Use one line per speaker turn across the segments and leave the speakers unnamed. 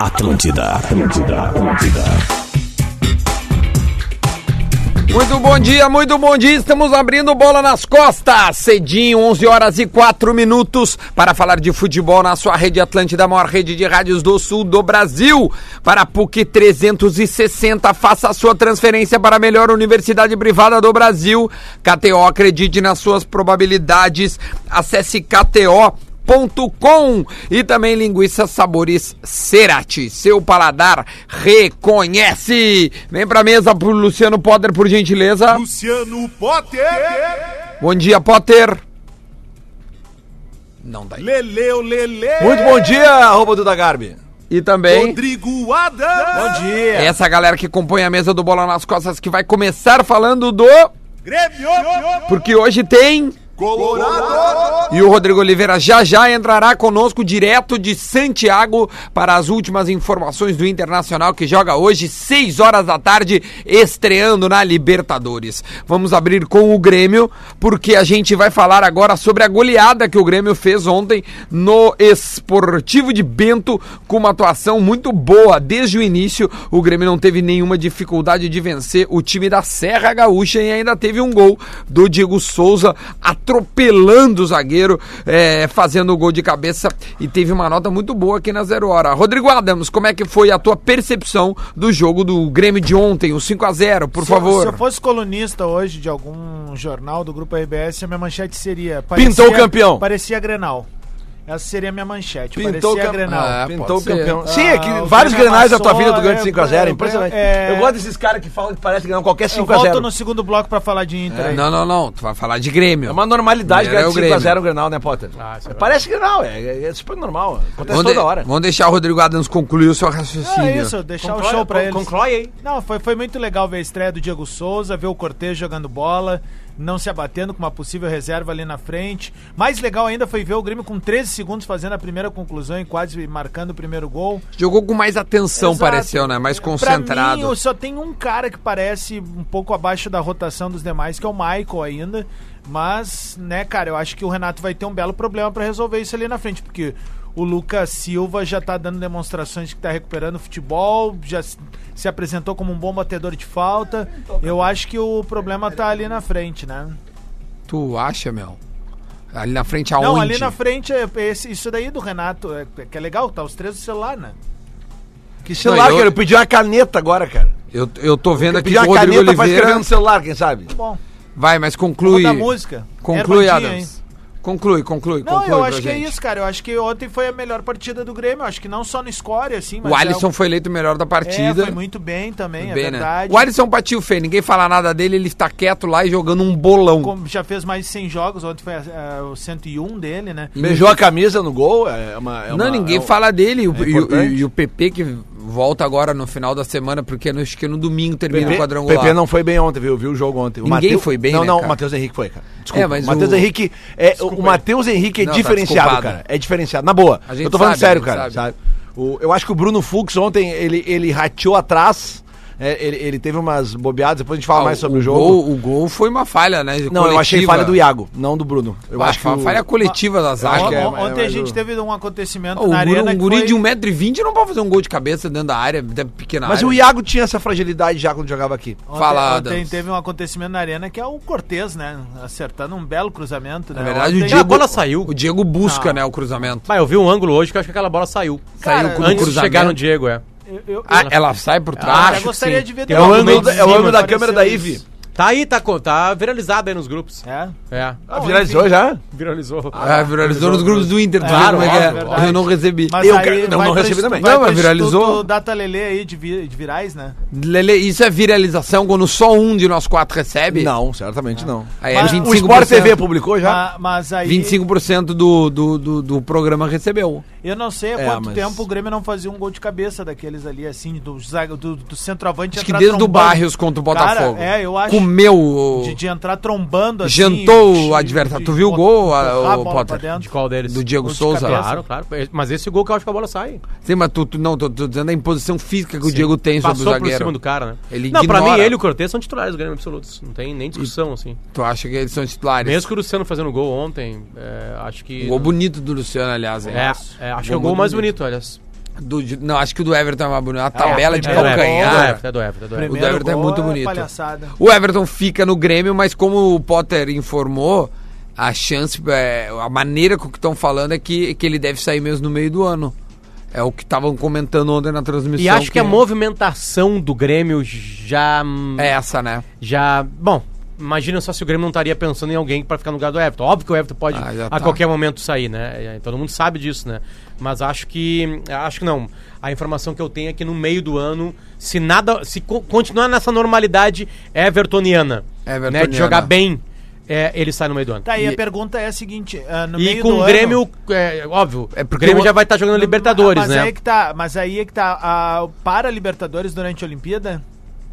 Atlântida, Atlântida, Atlântida.
Muito bom dia, muito bom dia. Estamos abrindo bola nas costas. Cedinho, 11 horas e 4 minutos, para falar de futebol na sua rede Atlântida, a maior rede de rádios do sul do Brasil. Para a PUC 360, faça a sua transferência para a melhor universidade privada do Brasil. KTO, acredite nas suas probabilidades. Acesse KTO. Com. e também linguiça sabores Cerati. Seu paladar reconhece. Vem pra mesa pro Luciano Potter, por gentileza.
Luciano Potter.
Bom dia, Potter. Não dá.
Leleu Lele.
Muito bom dia, arroba Duda Garbi.
E também
Rodrigo Adam.
Bom dia.
essa galera que compõe a mesa do Bola nas Costas que vai começar falando do
Grêmio.
porque hoje tem
Colorado.
e o Rodrigo Oliveira já já entrará conosco direto de Santiago para as últimas informações do Internacional que joga hoje, 6 horas da tarde, estreando na Libertadores. Vamos abrir com o Grêmio, porque a gente vai falar agora sobre a goleada que o Grêmio fez ontem no Esportivo de Bento, com uma atuação muito boa desde o início. O Grêmio não teve nenhuma dificuldade de vencer o time da Serra Gaúcha e ainda teve um gol do Diego Souza atropelando o zagueiro, eh, fazendo o gol de cabeça e teve uma nota muito boa aqui na Zero Hora. Rodrigo Adams, como é que foi a tua percepção do jogo do Grêmio de ontem, o 5 a 0 por
Se eu-
favor?
se eu fosse colunista hoje de algum jornal do grupo RBS, a minha manchete seria.
Pintou o campeão.
Parecia Grenal. Essa seria a minha manchete.
Pintou o É,
parecia
campeão.
Grenal.
Ah,
Pintou o
pode ser.
campeão.
Ah,
Sim, é que
o
vários
Grêmio
grenais da tua
amassou,
vida tu ganha de
é,
5x0.
é,
Impressionante.
é.
Eu gosto desses caras que falam que parece que ganham qualquer
Eu volto
5x0.
no segundo bloco pra falar de Inter. aí.
É, Não, não, não, tu vai falar de Grêmio.
É uma normalidade
É,
ganhar
é o
de 5x0
Grêmio.
o Grenal, né, Potter? parece Grenal, é, é- é super normal. Acontece
Vamos, de-
toda hora.
vamos deixar o Rodrigo Adams concluir o seu raciocínio.
Ah, é isso,
um
deixar o show pra eles.
Conclói aí.
Não, foi, foi muito legal ver a estreia do Diego Souza, ver o Cortez jogando bola, não se abatendo com uma possível reserva ali na frente. Mais legal ainda foi ver o Grêmio com 13 segundos fazendo a primeira conclusão e quase marcando o primeiro gol.
Jogou com mais atenção,
Exato.
pareceu, né? Mais
Pra mim,
concentrado.
eu só tem um cara que parece um pouco abaixo da rotação dos demais, que é o Michael ainda. Mas, né, cara, eu acho que o Renato vai ter um belo problema pra resolver isso ali na frente, porque o Lucas Silva já tá dando demonstrações de que tá recuperando o futebol, já se- se apresentou como um bom batedor de falta. Eu acho que o problema tá ali na frente, né?
Tu acha, meu? Ali na frente aonde?
Não, ali na frente, é esse- isso daí do Renato, é, que é legal, tá os três do celular, né?
Que celular,
eu-
cara? Eu pedi uma caneta agora, cara.
Eu, eu tô vendo aqui
Pedi
que o
uma
Rodrigo
caneta pra escrever
Oliveira.
no celular, quem sabe?
Bom,
Vai, mas
vou
conclui.
da música.
Conclui,
Ervandinha, hein?
Adams. Conclui, conclui,
Não,
conclui
eu
pra
acho que é
gente.
isso, cara. Eu acho que ontem foi a melhor partida do Grêmio. Eu acho que não só no score, assim, mas.
O Alisson
é,
foi eleito o melhor da
é,
partida.
foi muito bem
Bem,
também, é
né?
verdade.
O Alisson patiu feio, ninguém fala nada dele, ele tá quieto lá e jogando um bolão.
Como já fez mais de 100 jogos, ontem foi ah, o 101 dele, né?
Beijou a camisa no gol, é uma... é uma-
não, ninguém
é um-
fala dele. E o- e, o,
importante.
e o PP que volta agora no final da semana, porque acho que no domingo termina o
PP,
quadrangular.
PP não foi bem ontem, viu? Viu o jogo ontem. O
Ninguém foi bem,
Não,
né,
não,
cara?
o Matheus Henrique foi, cara. Desculpa.
É, mas
o Matheus
o-
Henrique é o Matheus Henrique é
Não, tá
diferenciado,
desculpado.
cara. É diferenciado na boa.
A gente
Eu tô falando
sabe, a
sério,
gente
cara,
sabe.
sabe? O- eu acho que o Bruno Fux ontem ele ele rateou atrás. é, ele, ele teve umas bobeadas, depois a gente fala
Ah,
mais sobre o,
o
jogo.
Gol, o gol foi uma falha, né?
não, eu achei falha do Iago, não do Bruno. Eu acho que
a
o-
falha coletiva da
acho
zaga.
que é,
O-
mas-
ontem a
mas
gente
o-
teve um acontecimento
Ó, o
na
guri,
arena.
um
que
guri
foi-
de 1,20m não pode fazer um gol de cabeça dentro da área, da pequena
Mas
área.
o Iago tinha essa fragilidade já quando jogava aqui.
Ontem,
Fala,
ontem
Adams.
teve um acontecimento na arena que é o Cortez, né? Acertando um belo cruzamento, né?
Na É verdade,
Ontem-
o Diego,
a bola saiu.
O Diego busca,
Não.
né, o cruzamento.
Mas eu vi um ângulo hoje que eu acho que aquela bola saiu.
Cara,
Saiu com o
Antes de
cruzamento.
chegar no Diego, é.
Eu, eu,
Ah, ela sai por
eu até
trás.
gostaria
sim.
de ver
Tem
É o
um
depois.
ângulo,
momento
da-
de
é o
cima,
ângulo da câmera da
Apareceu
Ive.
Tá aí, tá, co- tá viralizado aí nos grupos.
É.
É,
Ah, viralizou
enfim.
já?
viralizou.
Ah, viralizou nos grupos do Inter, tu vê como é que é.
óbvio, verdade.
Eu não recebi.
Mas
Eu
aí
quero- não,
vai
não
pro
recebi
estu-
também.
vai
Não, mas
pro
viralizou.
Instituto Data Lele aí de, vi- de virais, né?
Lele, isso é viralização quando só um de nós quatro recebe?
Não, certamente não.
Aí é
Mas o
25%.
O Sport TV publicou já?
Ma- Mas, aí
25% do, do, do, do programa recebeu.
eu não sei há
É,
quanto
mas-
tempo o Grêmio não fazia um gol de cabeça daqueles ali, assim, do, zaga- do, do centroavante
Acho que
entrar
desde o
tá trombando.
Barrios contra o Botafogo.
Cara, é, eu acho.
Comeu. o-
De, de entrar trombando assim.
Jantou
de-
o adversário.
de-
Tu viu o
de-
gol,
empurrar
a-
a
o
bola pra
Potter?
dentro.
De qual deles?
Do Diego
de
Souza.
cabeça.
Claro, claro. É, Mas esse gol que eu acho que a bola sai.
Sim, mas tu, tu- não, tô, tô dizendo a imposição física que o Diego tem sobre
Passou
o
por
zagueiro.
cima do cara, né?
Ele
não, pra mim
ignora.
ele e o Cortez são titulares do Grêmio absolutos. Não tem nem discussão, assim.
Tu acha que eles são titulares?
Mesmo que o Luciano fazendo gol ontem, é, acho que...
Um O gol bonito do Luciano, aliás. hein?
É, é, acho que é o
Um Gol
gol mais
bonito.
bonito, aliás.
Do, de- não, acho que o do Everton é mais bonito. A tabela de
É,
do Everton, é do
calcanhar.
Everton, é do Everton, é do Everton.
O do Everton é
gol
muito bonito.
palhaçada.
O Everton fica no Grêmio, mas como o Potter informou, a chance, é, a maneira com que estão falando é que, que ele deve sair mesmo no meio do ano. É o que estavam comentando ontem na transmissão.
E acho que a movimentação do Grêmio já.
É essa, né?
já. Bom, imagina só se o Grêmio não estaria pensando em alguém pra ficar no lugar do Everton. Óbvio que o Everton pode
Ah, já
a
tá.
qualquer momento sair, né? É, Todo mundo sabe disso, né? Mas acho que. Acho que não. A informação que eu tenho é que no meio do ano, se nada. Se co- continuar nessa normalidade Evertoniana,
Evertoniana.
né? De jogar bem, é, ele sai no meio do ano.
Tá, e,
E-
a pergunta é a seguinte: ah, no
E
meio
com
do
o
ano-
Grêmio, é, óbvio,
É
o
porque
Grêmio
o-
já vai estar jogando Libertadores,
mas
né?
Aí é que tá, mas aí é que tá. ah, para Libertadores durante a Olimpíada?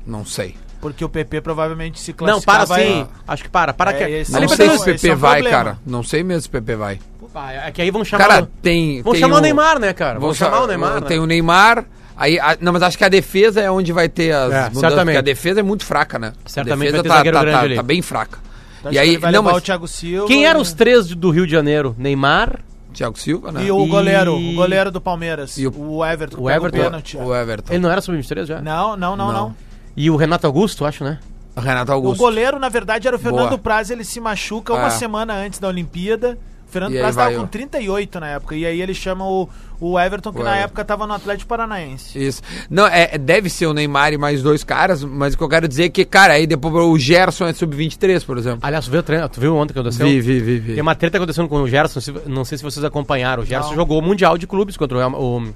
Não sei.
Porque o PP provavelmente se
Não,
classificar.
para
vai-
sim. Acho que para. Para
É,
que.
esse
a
Não
é um
sei
problema,
se o
esse é
PP
um
vai,
problema.
cara. Não sei mesmo se o PP vai.
Ah, é que aí vão chamar.
Cara, tem.
vão
tem
chamar o Neymar, né, cara? Vão, chamar o Neymar. né?
Tem o Neymar. Aí, a- não, mas acho que a defesa é onde vai ter as
É,
mudanças.
certamente.
Porque a defesa é muito fraca, né?
Certamente
a defesa
vai ter
tá,
zagueiro
tá,
grande
tá-
ali.
tá bem fraca.
Então
e
acho que
aí,
ele vai
não,
levar
mas
o Thiago Silva.
Quem eram os
né?
três do Rio de Janeiro? Neymar,
Thiago Silva, né?
E o
E-
goleiro, o goleiro do Palmeiras.
E o-
o, Everton.
o
pega
Everton.
pênalti.
o Everton.
ele não era sub-23 já?
Não, não, não, não.
E o Renato Augusto, acho, né?
Renato
O
Augusto.
goleiro, na verdade, era o Fernando
Boa.
Praz, ele se machuca uma
É.
semana antes da Olimpíada. O Fernando
E aí
Praz tava
vai o-
com 38 na época. E aí ele chama o, o Everton, que
O
na
Everton.
época tava no Atlético Paranaense.
Isso. Não, é, é- deve ser o Neymar e mais dois caras, mas o que eu quero dizer é que, cara, aí depois o Gerson é sub-23, por exemplo.
Aliás, tu viu, o treino- tu viu ontem que aconteceu?
Vi, vi, vi, vi.
Tem uma treta acontecendo com o Gerson, se- não sei se vocês acompanharam. O Gerson jogou o Mundial de Clubes contra o, Real- o-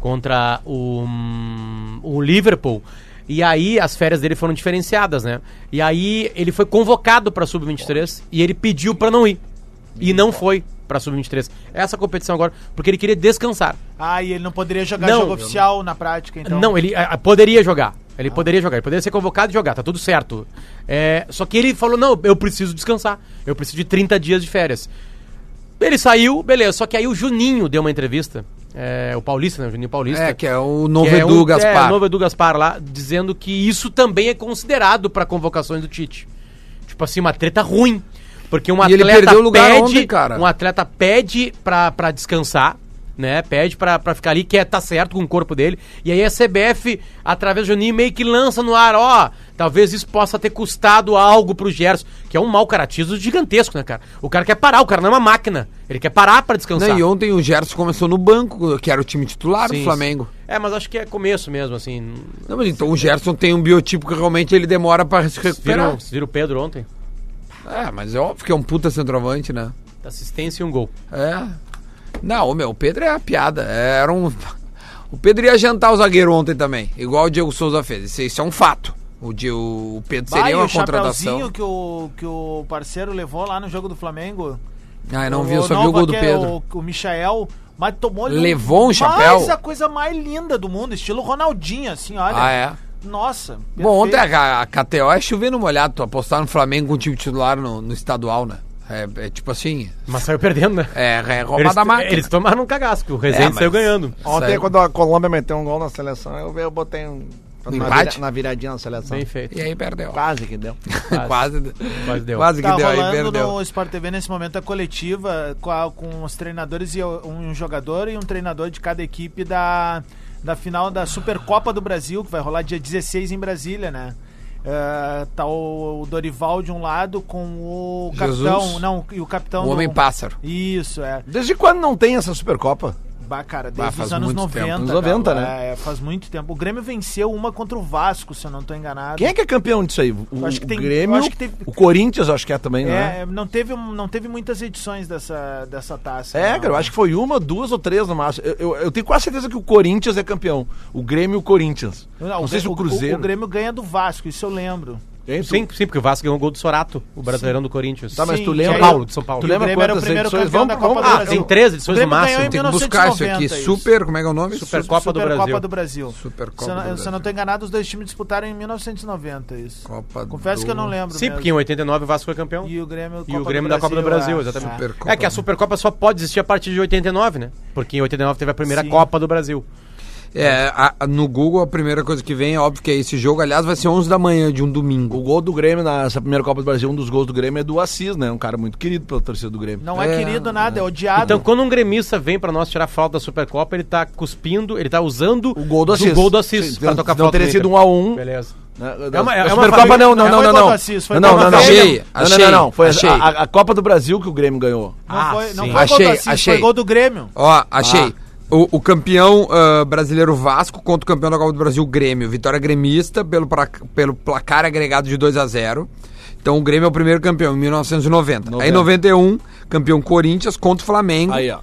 contra o, o Liverpool. E aí as férias dele foram diferenciadas, né? E aí ele foi convocado pra Sub-23 e ele pediu pra não ir. E não foi pra Sub-23. Essa competição agora, porque ele queria descansar.
Ah, e ele não poderia jogar
Não.
jogo oficial na prática, então.
Não, ele ah, poderia jogar. Ele poderia jogar, ele poderia ser convocado e jogar, tá tudo certo. É, só que ele falou: não, eu preciso descansar, eu preciso de 30 dias de férias. Ele saiu, beleza, só que aí o Juninho deu uma entrevista, é, o Paulista, né? O Juninho Paulista.
É, que é o novo
que é
Edu
um-
Gaspar.
É, o novo Edu Gaspar lá, dizendo que isso também é considerado pra convocações do Tite. Tipo assim, uma treta ruim. Porque um
E ele
atleta
perdeu o lugar
pede,
ontem, cara.
um atleta pede pra, pra descansar, né? Pede pra, pra ficar ali, que é, tá certo com o corpo dele. E aí a CBF, através do Juninho, meio que lança no ar, ó, talvez isso possa ter custado algo pro Gerson, que é um mau caratismo gigantesco, né, cara? O cara quer parar, o cara não é uma máquina. Ele quer parar pra descansar.
Não, e ontem o Gerson começou no banco, que era o time titular
Sim,
do Flamengo.
sim. É, mas acho que é começo mesmo, assim.
Não, mas então o Gerson tem um biotipo que realmente ele demora pra se
Vocês viram,
recuperar.
vocês viram o Pedro ontem?
É, mas é óbvio que é um puta centroavante, né?
Assistência e um gol.
É. Não, meu, o Pedro é a piada. É, Era um... O Pedro ia jantar o zagueiro ontem também, igual o Diego Souza fez. Isso, isso é um fato. O, Di- o Pedro
Bah, e
seria
o
é uma
chapeuzinho
contratação.
que o, que o parceiro levou lá no jogo do Flamengo.
Ah, eu não vi, eu só
Nova,
vi o gol do
que é
Pedro.
O, o Michael, mas tomou
Levou um chapéu?
Mas a coisa mais linda do mundo, estilo Ronaldinho, assim, olha.
Ah, é.
Nossa.
Bom, ontem
perfeito.
a, a KTO é chovendo molhado, tu apostar no Flamengo com o time titular no, no estadual, né? É, é tipo assim,
Mas saiu perdendo, né?
é, é
Eles,
roubada a máquina.
eles tomaram um cagaço, que o Rezende
É, mas-
saiu ganhando.
Ontem,
Sério.
quando a Colômbia meteu um gol na seleção, eu, eu botei um. na,
empate?
vira- na viradinha na seleção.
Bem feito.
E aí perdeu.
Quase que deu.
Quase,
Quase deu.
Quase que
tá
deu, aí
rolando
perdeu.
no Sport TV nesse momento a coletiva com, a- com os treinadores e o- um jogador e um treinador de cada equipe da, da final da Supercopa do Brasil, que vai rolar dia 16 em Brasília, né? Eh, tá o Dorival de um lado com o
Jesus.
capitão, não, e o capitão
O
do-
Homem-Pássaro.
Isso, é.
Desde quando não tem essa Supercopa?
Bah, cara,
Bah,
desde
faz
os anos
muito
90.
tempo.
Anos 90,
cara.
né?
É, faz muito tempo. O Grêmio venceu uma contra o Vasco, se eu não tô enganado.
Quem é que é campeão disso aí? O,
acho que tem-
o Grêmio,
eu acho que teve-
o Corinthians, eu acho que é também, né?
É, não teve, não teve muitas edições dessa, dessa taça.
É,
não.
cara, eu acho que foi uma, duas ou três no máximo. Eu, eu- eu tenho quase certeza que o Corinthians é campeão. O Grêmio e o Corinthians. Não,
o
sei
Grê-
se o Cruzeiro.
O, Grêmio ganha do Vasco, isso eu lembro.
Hein, tu-
Sim, sim, porque o Vasco ganhou o gol do Sorato, o brasileirão do Corinthians.
Tá, mas
Sim,
tu
de
lembra.
São
Paulo, de São Paulo.
Tu
E
lembra
o Grêmio era o
quantas
primeiro
edições?
campeão
Vamos,
da
vamos,
Copa do
ah,
Brasil.
tem
tem três edições
O
no
Grêmio ganhou
máximo.
em
Tem...
Tem que buscar isso aqui.
1990 isso.
Super, como é que é o nome?
Supercopa do Brasil.
do Brasil.
Supercopa
se eu, não-
do
se eu não tô enganado, os dois times disputaram em 1990 isso.
Copa
Confesso
do-
que eu não lembro
Sim,
mesmo.
porque em 89 o Vasco foi campeão.
E o Grêmio,
E o Grêmio da Copa do Brasil, exatamente.
Super-
É que a Supercopa só pode existir a partir de 89, né? Porque em 89 teve a primeira Copa do Brasil.
É, a- a- no Google a primeira coisa que vem é óbvio que é esse jogo. Aliás, vai ser 11 da manhã de um domingo.
O gol do Grêmio nessa primeira Copa do Brasil, um dos gols do Grêmio é do Assis, né? Um cara muito querido pela torcida do Grêmio.
Não é,
É,
querido nada, é odiado.
Então, quando um gremista vem pra nós tirar falta da Supercopa, ele tá cuspindo, ele tá usando
O gol do Assis.
gol do Assis
Sim,
pra
não-
tocar
não
falta
teria
do
sido
Inter.
um a um.
Beleza.
É
É uma- é
a
uma
Supercopa
família-
não, não,
não
não,
foi
não,
gol
não.
do Assis, foi
não, não,
gol
não,
do
não.
Achei,
não, não, não, não. Foi a-
achei.
a, a Copa do Brasil que o Grêmio ganhou.
Não
Ah,
foi, não
sim.
foi gol do
Achei,
Assis,
achei.
foi gol do Grêmio.
Ó, achei.
Ah.
O, o campeão ah, brasileiro Vasco contra o campeão da Copa do Brasil Grêmio. Vitória gremista pelo, pra- pelo placar agregado de 2 a 0 Então o Grêmio é o primeiro campeão, em 1990. Aí em 91, campeão Corinthians contra o Flamengo.
Aí, ó.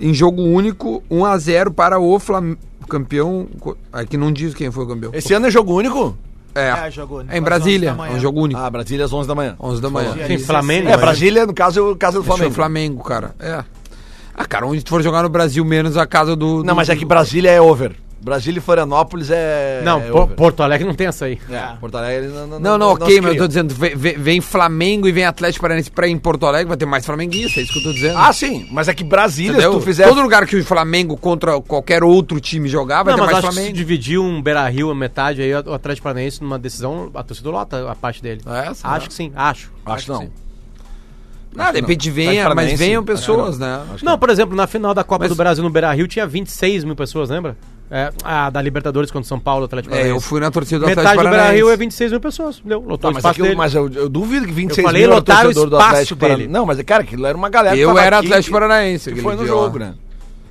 Em jogo único, 1 a 0 para o Flamengo. Campeão. co- Aqui não diz quem foi o campeão.
Esse ano é jogo único?
É,
É, jogo único,
É em
às
Brasília.
11 da
É
manhã.
um jogo único.
Ah, Brasília às 11 da manhã.
11 da manhã.
Sim, Flamengo.
É, Brasília, no caso, é o caso do
Flamengo.
Flamengo.
Flamengo, cara. É. Ah, cara, onde tu for jogar no Brasil, menos a casa do.
Não,
do-
mas é que Brasília é over. Brasília e Florianópolis é.
Não,
é
Po-
over.
Porto Alegre não tem essa aí.
É, Porto Alegre não.
Não, não,
se
ok, mas eu
cria.
tô dizendo, vem, vem- vem Flamengo e vem Atlético Paranaense pra ir em Porto Alegre, vai ter mais flamenguista, é isso que eu tô dizendo.
Ah, sim, mas é que Brasília,
Entendeu?
se tu fizer.
Todo lugar que o Flamengo contra qualquer outro time jogar, Ah, vai
Não,
ter
mas
mais
acho que se
Flamengo.
dividir um Beira Rio, a metade, aí o Atlético Paranaense numa decisão, a torcida lota a parte dele.
É, sim,
acho
né?
que sim, acho.
Acho que
que
não.
sim.
Não, de repente venha,
Atlético
mas
Paranaense,
venham
acho que
pessoas, né?
Não, por exemplo, na final da Copa
Mas-
do Brasil no Beira Rio tinha 26 mil pessoas, lembra? É, a da Libertadores contra São Paulo, Atlético
É, eu fui na torcida do
Metade
Atlético
do Beira Rio é
Paranaense.
26 mil pessoas. Entendeu? Lotou
Tá,
o
mas,
espaço
aquilo-
dele. É
mas eu, eu duvido que 26
Eu falei
mil era
lotar o
torcedor
espaço dele.
Paranaense. Não, mas cara, aquilo era uma galera que
Eu
tava
era
aqui
Atlético
e-
Paranaense.
Que
aquele
foi no
dia
jogo,
lá.
né?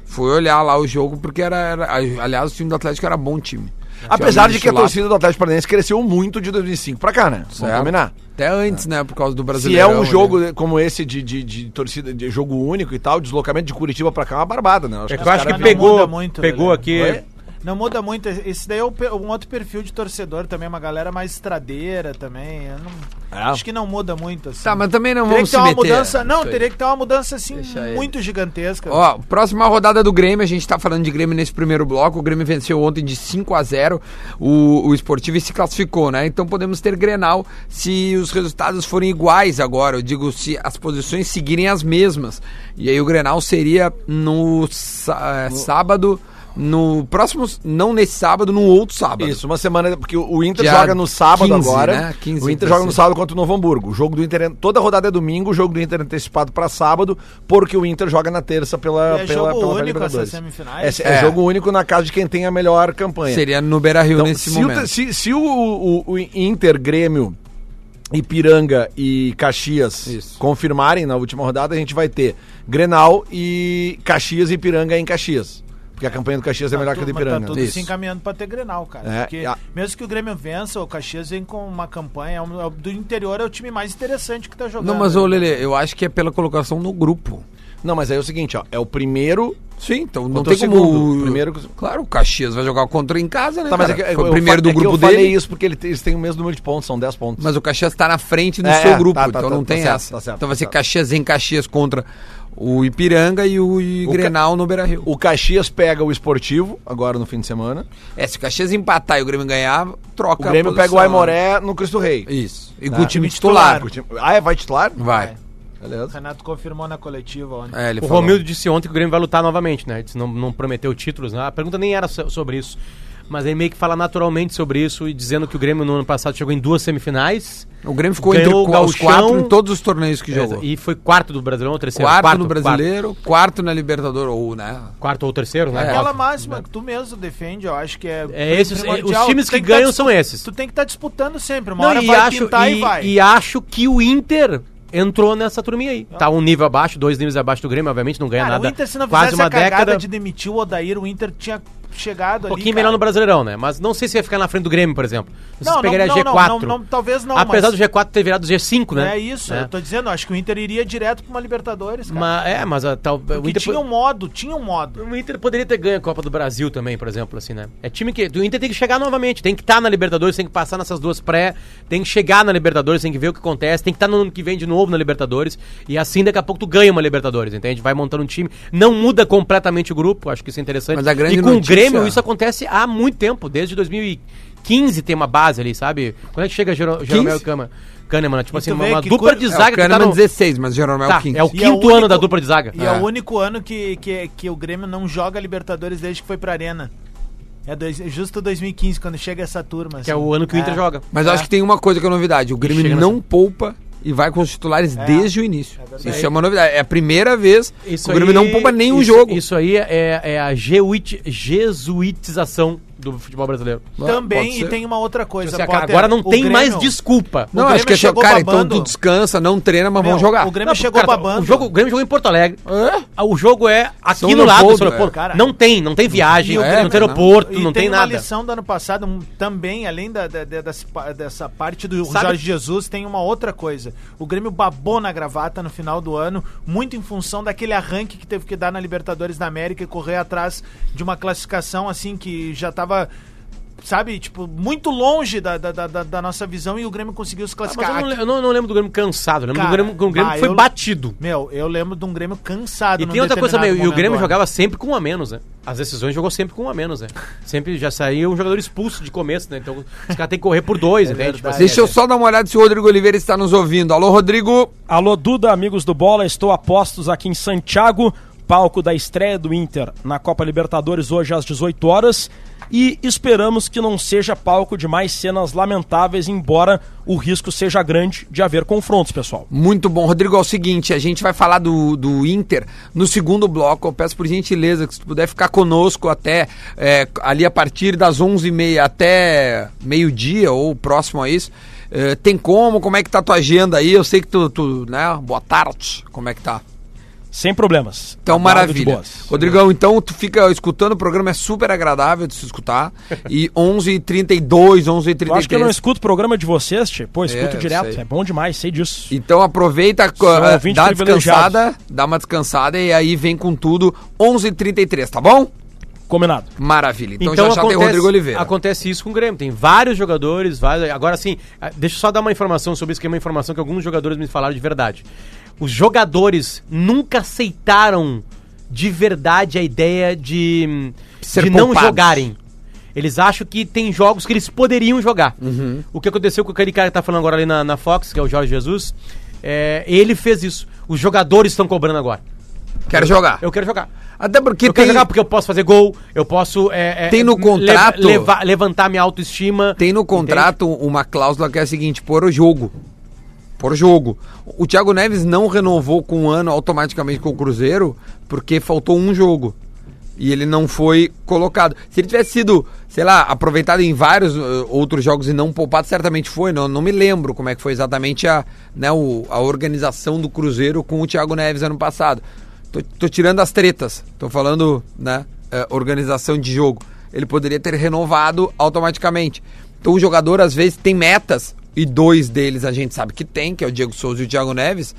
Fui olhar lá o jogo, porque era, era- Aliás, o time do Atlético era bom time.
Apesar de que a
Chulapo.
torcida do Atlético Paranaense cresceu muito de 2005 pra cá, né? Vamos
Certo.
combinar.
É. Até antes, né? Por causa do
Se
né? brasileiro.
é um jogo como esse de, de, de torcida, de jogo único e tal, deslocamento de Curitiba pra cá é uma barbada, né?
É que
os
eu
caras-
acho que
não muda
pegou,
muito,
pegou
velho.
aqui.
Oi?
Não muda muito. Esse daí é um pe- um outro perfil de torcedor também, uma galera mais estradeira também. eu não-
É.
Acho que não muda muito assim.
Tá, mas também não
teria
vamos
que
se
ter uma
meter.
mudança. Não,
Isso aí.
teria que ter uma mudança assim
Deixa ele.
muito gigantesca.
Ó, próxima rodada do Grêmio, a gente tá falando de Grêmio nesse primeiro bloco. O Grêmio venceu ontem de 5 a 0 o, o Esportivo e se classificou, né? Então podemos ter Grenal se os resultados forem iguais agora. Eu digo, se as posições seguirem as mesmas. E aí o Grenal seria no, sá- sábado, no próximo. Não nesse sábado, no outro sábado.
Isso, uma semana, porque o- o Inter
Dia
joga no sábado
15,
agora.
né? 15
o Inter
pra
joga no
ser.
sábado contra o Novo Hamburgo. O jogo do Inter, é- toda rodada é domingo, o jogo do Inter é antecipado pra sábado, porque o Inter joga na terça pela
E é
pela,
jogo
pela
único
Libertadores.
essas semifinais?
É, é
É.
jogo único na casa de quem tem a melhor campanha.
Seria no Beira Rio
Então,
nesse
se,
momento.
o, se, se o, o- o Inter, Grêmio, Ipiranga e Caxias
Isso.
confirmarem na última rodada, a gente vai ter Grenal e Caxias e Ipiranga em Caxias. Porque a campanha do Caxias é melhor que a do
tudo- mas
Ipiranga.
Tá tudo
né?
se encaminhando pra ter Grenal, cara.
É,
Porque
e a-
mesmo que o Grêmio vença, o Caxias vem com uma campanha. é um- é o- do interior é o time mais interessante que tá jogando.
Não, mas ô
né?
Lele, eu acho que é pela colocação no grupo.
Não, mas aí é o seguinte, ó, é o primeiro
Sim, então não
Contra o
tem como.
segundo, o primeiro-
Claro, o Caxias vai jogar contra em casa, né?
Tá, mas é
cara?
que, é que
Foi
eu
o primeiro
fa-
do
é que
grupo
eu
dele.
falei isso porque ele te- eles têm o mesmo número de pontos, são 10 pontos.
Mas o Caxias tá na frente do
É,
seu
é,
grupo,
tá, tá,
então
tá,
não
tá
tem
certo,
essa.
tá certo,
então vai ser
tá.
Caxias em Caxias contra o Ipiranga e o, e
O Ca-
Grenal no Beira Rio.
O Caxias pega o Esportivo agora no fim de semana.
É, se o Caxias empatar e o Grêmio ganhar, troca
o Grêmio
posição,
pega o Aimoré no Cristo Rei.
né? Isso. E com
Tá.
o time titular.
O time- Ah, é, vai titular?
Vai.
O
Beleza.
Renato confirmou na coletiva ontem.
É, ele
O
falou.
Romildo disse ontem que o Grêmio vai lutar novamente, né? Ele disse não, não prometeu títulos, né? A pergunta nem era so- sobre isso. Mas ele meio que fala naturalmente sobre isso e dizendo que o Grêmio no ano passado chegou em duas semifinais.
O Grêmio ficou
Ganhou
entre
o
os
Gauchão.
quatro em todos os torneios
É,
que jogou.
E foi quarto do Brasileirão ou terceiro?
Quarto, no Brasileiro, quarto, na Libertadores, ou, né?
Quarto, quarto ou terceiro, né?
É.
Aquela
Quarto.
máxima que tu mesmo defende, eu acho que é.
É esses, é, os
primordial.
times
Tu
que
tem tá
ganham
dis-
são esses.
Tu tem que estar disputando sempre. Uma
Não,
hora
e,
vai
acho,
pintar
e,
e vai.
e acho que o Inter entrou nessa turminha aí. Tá um nível abaixo, dois níveis abaixo do Grêmio, obviamente, não ganha
Ah. Cara,
nada.
o Inter, se não
Quase
fizesse
uma
a cagada
década.
de demitir o Odair, o Inter tinha chegado
Um
ali. cara.
pouquinho melhor no Brasileirão, né? Mas não sei se ia ficar na frente do Grêmio, por exemplo. Não, sei
Não,
se
não,
pegaria
não,
G4.
não, não, talvez não,
Apesar
mas-
do G4 ter virado G5, né?
É isso,
É.
eu tô dizendo, eu acho que o Inter iria direto pra uma Libertadores, cara.
Mas, é, mas a, tal, o,
Porque
Inter,
tinha um modo, tinha um modo.
o Inter poderia ter ganho a Copa do Brasil também, por exemplo, assim, né? É time que. O Inter tem que chegar novamente, tem que estar na Libertadores, tem que passar nessas duas pré, tem que chegar na Libertadores, tem que ver o que acontece, tem que estar no ano que vem de novo na Libertadores. E assim daqui a pouco tu ganha uma Libertadores, entende? Vai montando um time. Não muda completamente o grupo, acho que isso é interessante.
Mas a grande
e com
notícia-
o Grêmio, isso acontece há muito tempo, desde 2015 tem uma base ali, sabe? Quando é que chega Jero- Jeromel e Cama? Kahneman, né? tipo assim,
tu
uma,
vê
uma
que
dupla
coisa-
de
É, o
zaga
Ah,
tá
o Kahneman
tá
no-
16, mas Jeromel
Tá,
15.
é o
E
quinto
é o único- é
ano da dupla de zaga.
E é, o único ano que, que, que o Grêmio não joga Libertadores desde que foi pra Arena. É dois- justo 2015, quando chega essa turma. assim.
Que é o ano que o Inter joga.
Mas eu acho que tem uma coisa que é novidade. O Grêmio
Chega nessa-
não poupa e vai com os titulares
É.
desde o início. isso é uma novidade. É a primeira vez que o Grêmio não poupa nenhum
isso-
jogo.
Isso aí é, é a jeuit- jesuitização do futebol brasileiro.
Pode
Também,
ser.
e tem uma outra coisa.
Assim,
Potter,
agora não
o
tem
Grêmio-
mais desculpa.
Não,
O
acho
Grêmio
que achou,
chegou
cara,
babando.
então tu descansa, não treina, mas
Meu,
vamos jogar.
O Grêmio
Não,
chegou
cara,
babando.
O, jogo, o Grêmio jogou em Porto Alegre.
Hã?
O jogo é aqui
São
no lado do
Leopoldo,
São Leopoldo.
é.
Cara,
não tem, não tem viagem,
e o
não, tem, não
Grêmio-
tem aeroporto,
E
não tem,
uma
nada.
lição do ano passado, um- também, além da, da- da- dessa, pa- dessa parte do
Sabe-
Jorge Jesus, tem uma outra coisa. O Grêmio babou na gravata no final do ano, muito em função daquele arranque que teve que dar na Libertadores da América e correr atrás de uma classificação assim que já tava. Sabe, tipo, muito longe da, da, da- da- da nossa visão e o Grêmio conseguiu se
Ah, Mas
classificar.
eu não, le- eu não- eu não lembro do Grêmio cansado, eu lembro
Cara,
do Grêmio, do Grêmio
bah,
que foi
eu-
batido.
Meu, eu lembro de um Grêmio cansado.
E
num
tem outra coisa também,
determinado
e o
momento
Grêmio
do ano.
jogava sempre com um a menos, né? As decisões jogou sempre com um a menos, né? Sempre já saiu um jogador expulso de começo, né? Então os caras têm que correr por dois, entende? Tipo assim,
Deixa eu só dar uma olhada se o Rodrigo Oliveira está nos ouvindo. Alô, Rodrigo.
Alô, Duda, amigos do Bola, estou a postos aqui em Santiago, palco da estreia do Inter na Copa Libertadores hoje às 18 horas e esperamos que não seja palco de mais cenas lamentáveis, embora o risco seja grande de haver confrontos, pessoal.
Muito bom. Rodrigo, é o seguinte, a gente vai falar do, do Inter no segundo bloco. Eu peço por gentileza que se tu puder ficar conosco até é, ali a partir das 11h30 até meio-dia ou próximo a isso. É, tem como? Como é que tá a tua agenda aí? Eu sei que tu, tu, né? Boa tarde. Como é que tá?
Sem problemas.
Então,
Aguardo de
maravilha.
Tá boas.
Rodrigão, então tu fica escutando o programa, é super agradável de se escutar. E 11h32,
Eu acho que eu não
11h33.
escuto o programa de vocês, tio. Pô,
É,
escuto
eu
direto.
sei.
É bom demais, sei disso.
Então aproveita,
um
co-
São
eh,
ouvintes
dá uma
privilegiados.
descansada, dá uma descansada e aí vem com tudo 11h33, tá bom?
Combinado.
Maravilha. Então,
Então,
já já tem
acontece,
o Rodrigo Oliveira.
acontece isso com o Grêmio. Tem vários jogadores, vários. Agora sim, ah, deixa eu só dar uma informação sobre isso, que é uma informação que alguns jogadores me falaram de verdade. Os jogadores nunca aceitaram de verdade a ideia de, hum,
Ser
de não
poupados.
jogarem. Eles acham que tem jogos que eles poderiam jogar.
Uhum.
O que aconteceu com aquele cara que tá falando agora ali na, na Fox, que é o Jorge Jesus, é, ele fez isso. Os jogadores estão cobrando agora.
Quero jogar.
Eu quero jogar.
Até porque
eu quero jogar porque eu posso fazer gol, eu posso. é, é,
Tem no
le-
contrato-
leva- levantar minha autoestima.
tem no
entende?
contrato uma cláusula que é a seguinte, por o jogo. Por jogo. O Thiago Neves não renovou com um ano automaticamente com o Cruzeiro porque faltou um jogo. E ele não foi colocado. Se ele tivesse sido, sei lá, aproveitado em vários eh, outros jogos e não poupado, certamente foi. Não, não me lembro como é que foi exatamente a, né, o- a organização do Cruzeiro com o Thiago Neves ano passado. Tô, tô tirando as tretas. Tô falando, né, eh, organização de jogo. Ele poderia ter renovado automaticamente. Então o jogador, às vezes, tem metas, e dois deles a gente sabe que tem, que é o Diego Souza e o Thiago Neves.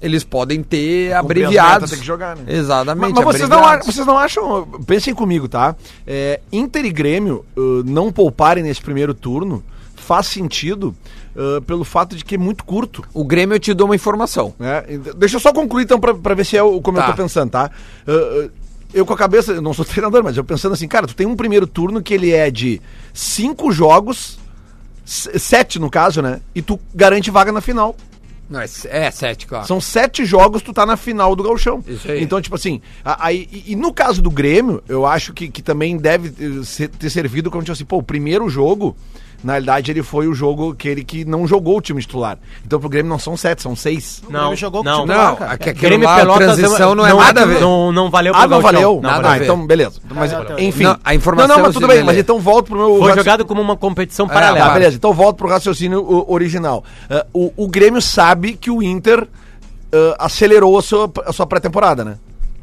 Eles podem ter
cumprir as
abreviados.
metas, tem que jogar, né?
Exatamente.
Mas, mas vocês, não,
abreviados.
a- vocês não acham. Pensem comigo, tá? É, Inter e Grêmio uh, não pouparem nesse primeiro turno faz sentido uh, pelo fato de que é muito curto.
O Grêmio eu te dou uma informação.
né? Então, Deixa eu só concluir então pra, pra ver se é o, como
Tá.
eu tô pensando, tá? Uh, uh, eu com a cabeça, eu não sou treinador, mas eu pensando assim, cara, tu tem um primeiro turno que ele é de cinco jogos, se- sete no caso, né? E tu garante vaga na final.
Não, é, é sete, claro.
Ah. São sete jogos, tu tá na final do Gauchão.
Isso aí.
Então, tipo assim, a- aí, e, e no caso do Grêmio, eu acho que, que também deve eh, ser- ter servido como, tipo assim, pô, o primeiro jogo, na realidade, ele foi o jogo que ele que não jogou o time titular. Então, pro Grêmio não são sete, são seis.
Não,
jogou com
não.
o
Não,
time lá, cara.
aqui,
é
aquilo lá, a transição não, é
não,
nada a ver.
Não, não valeu
Ah,
pro
não
Gauchão.
valeu?
Não,
nada
valeu.
a
ah,
ver.
então, beleza. Mas,
Não, não,
enfim.
não, a informação
Não, não, mas
eu
tudo
sei
bem, mas
ler.
então volto pro meu...
né? Foi
raci-
jogado como uma competição
É,
paralela.
Tá, beleza. Então volto pro raciocínio o- original. Ah, o, o Grêmio sabe que o Inter ah, acelerou a sua, a sua pré-temporada, né?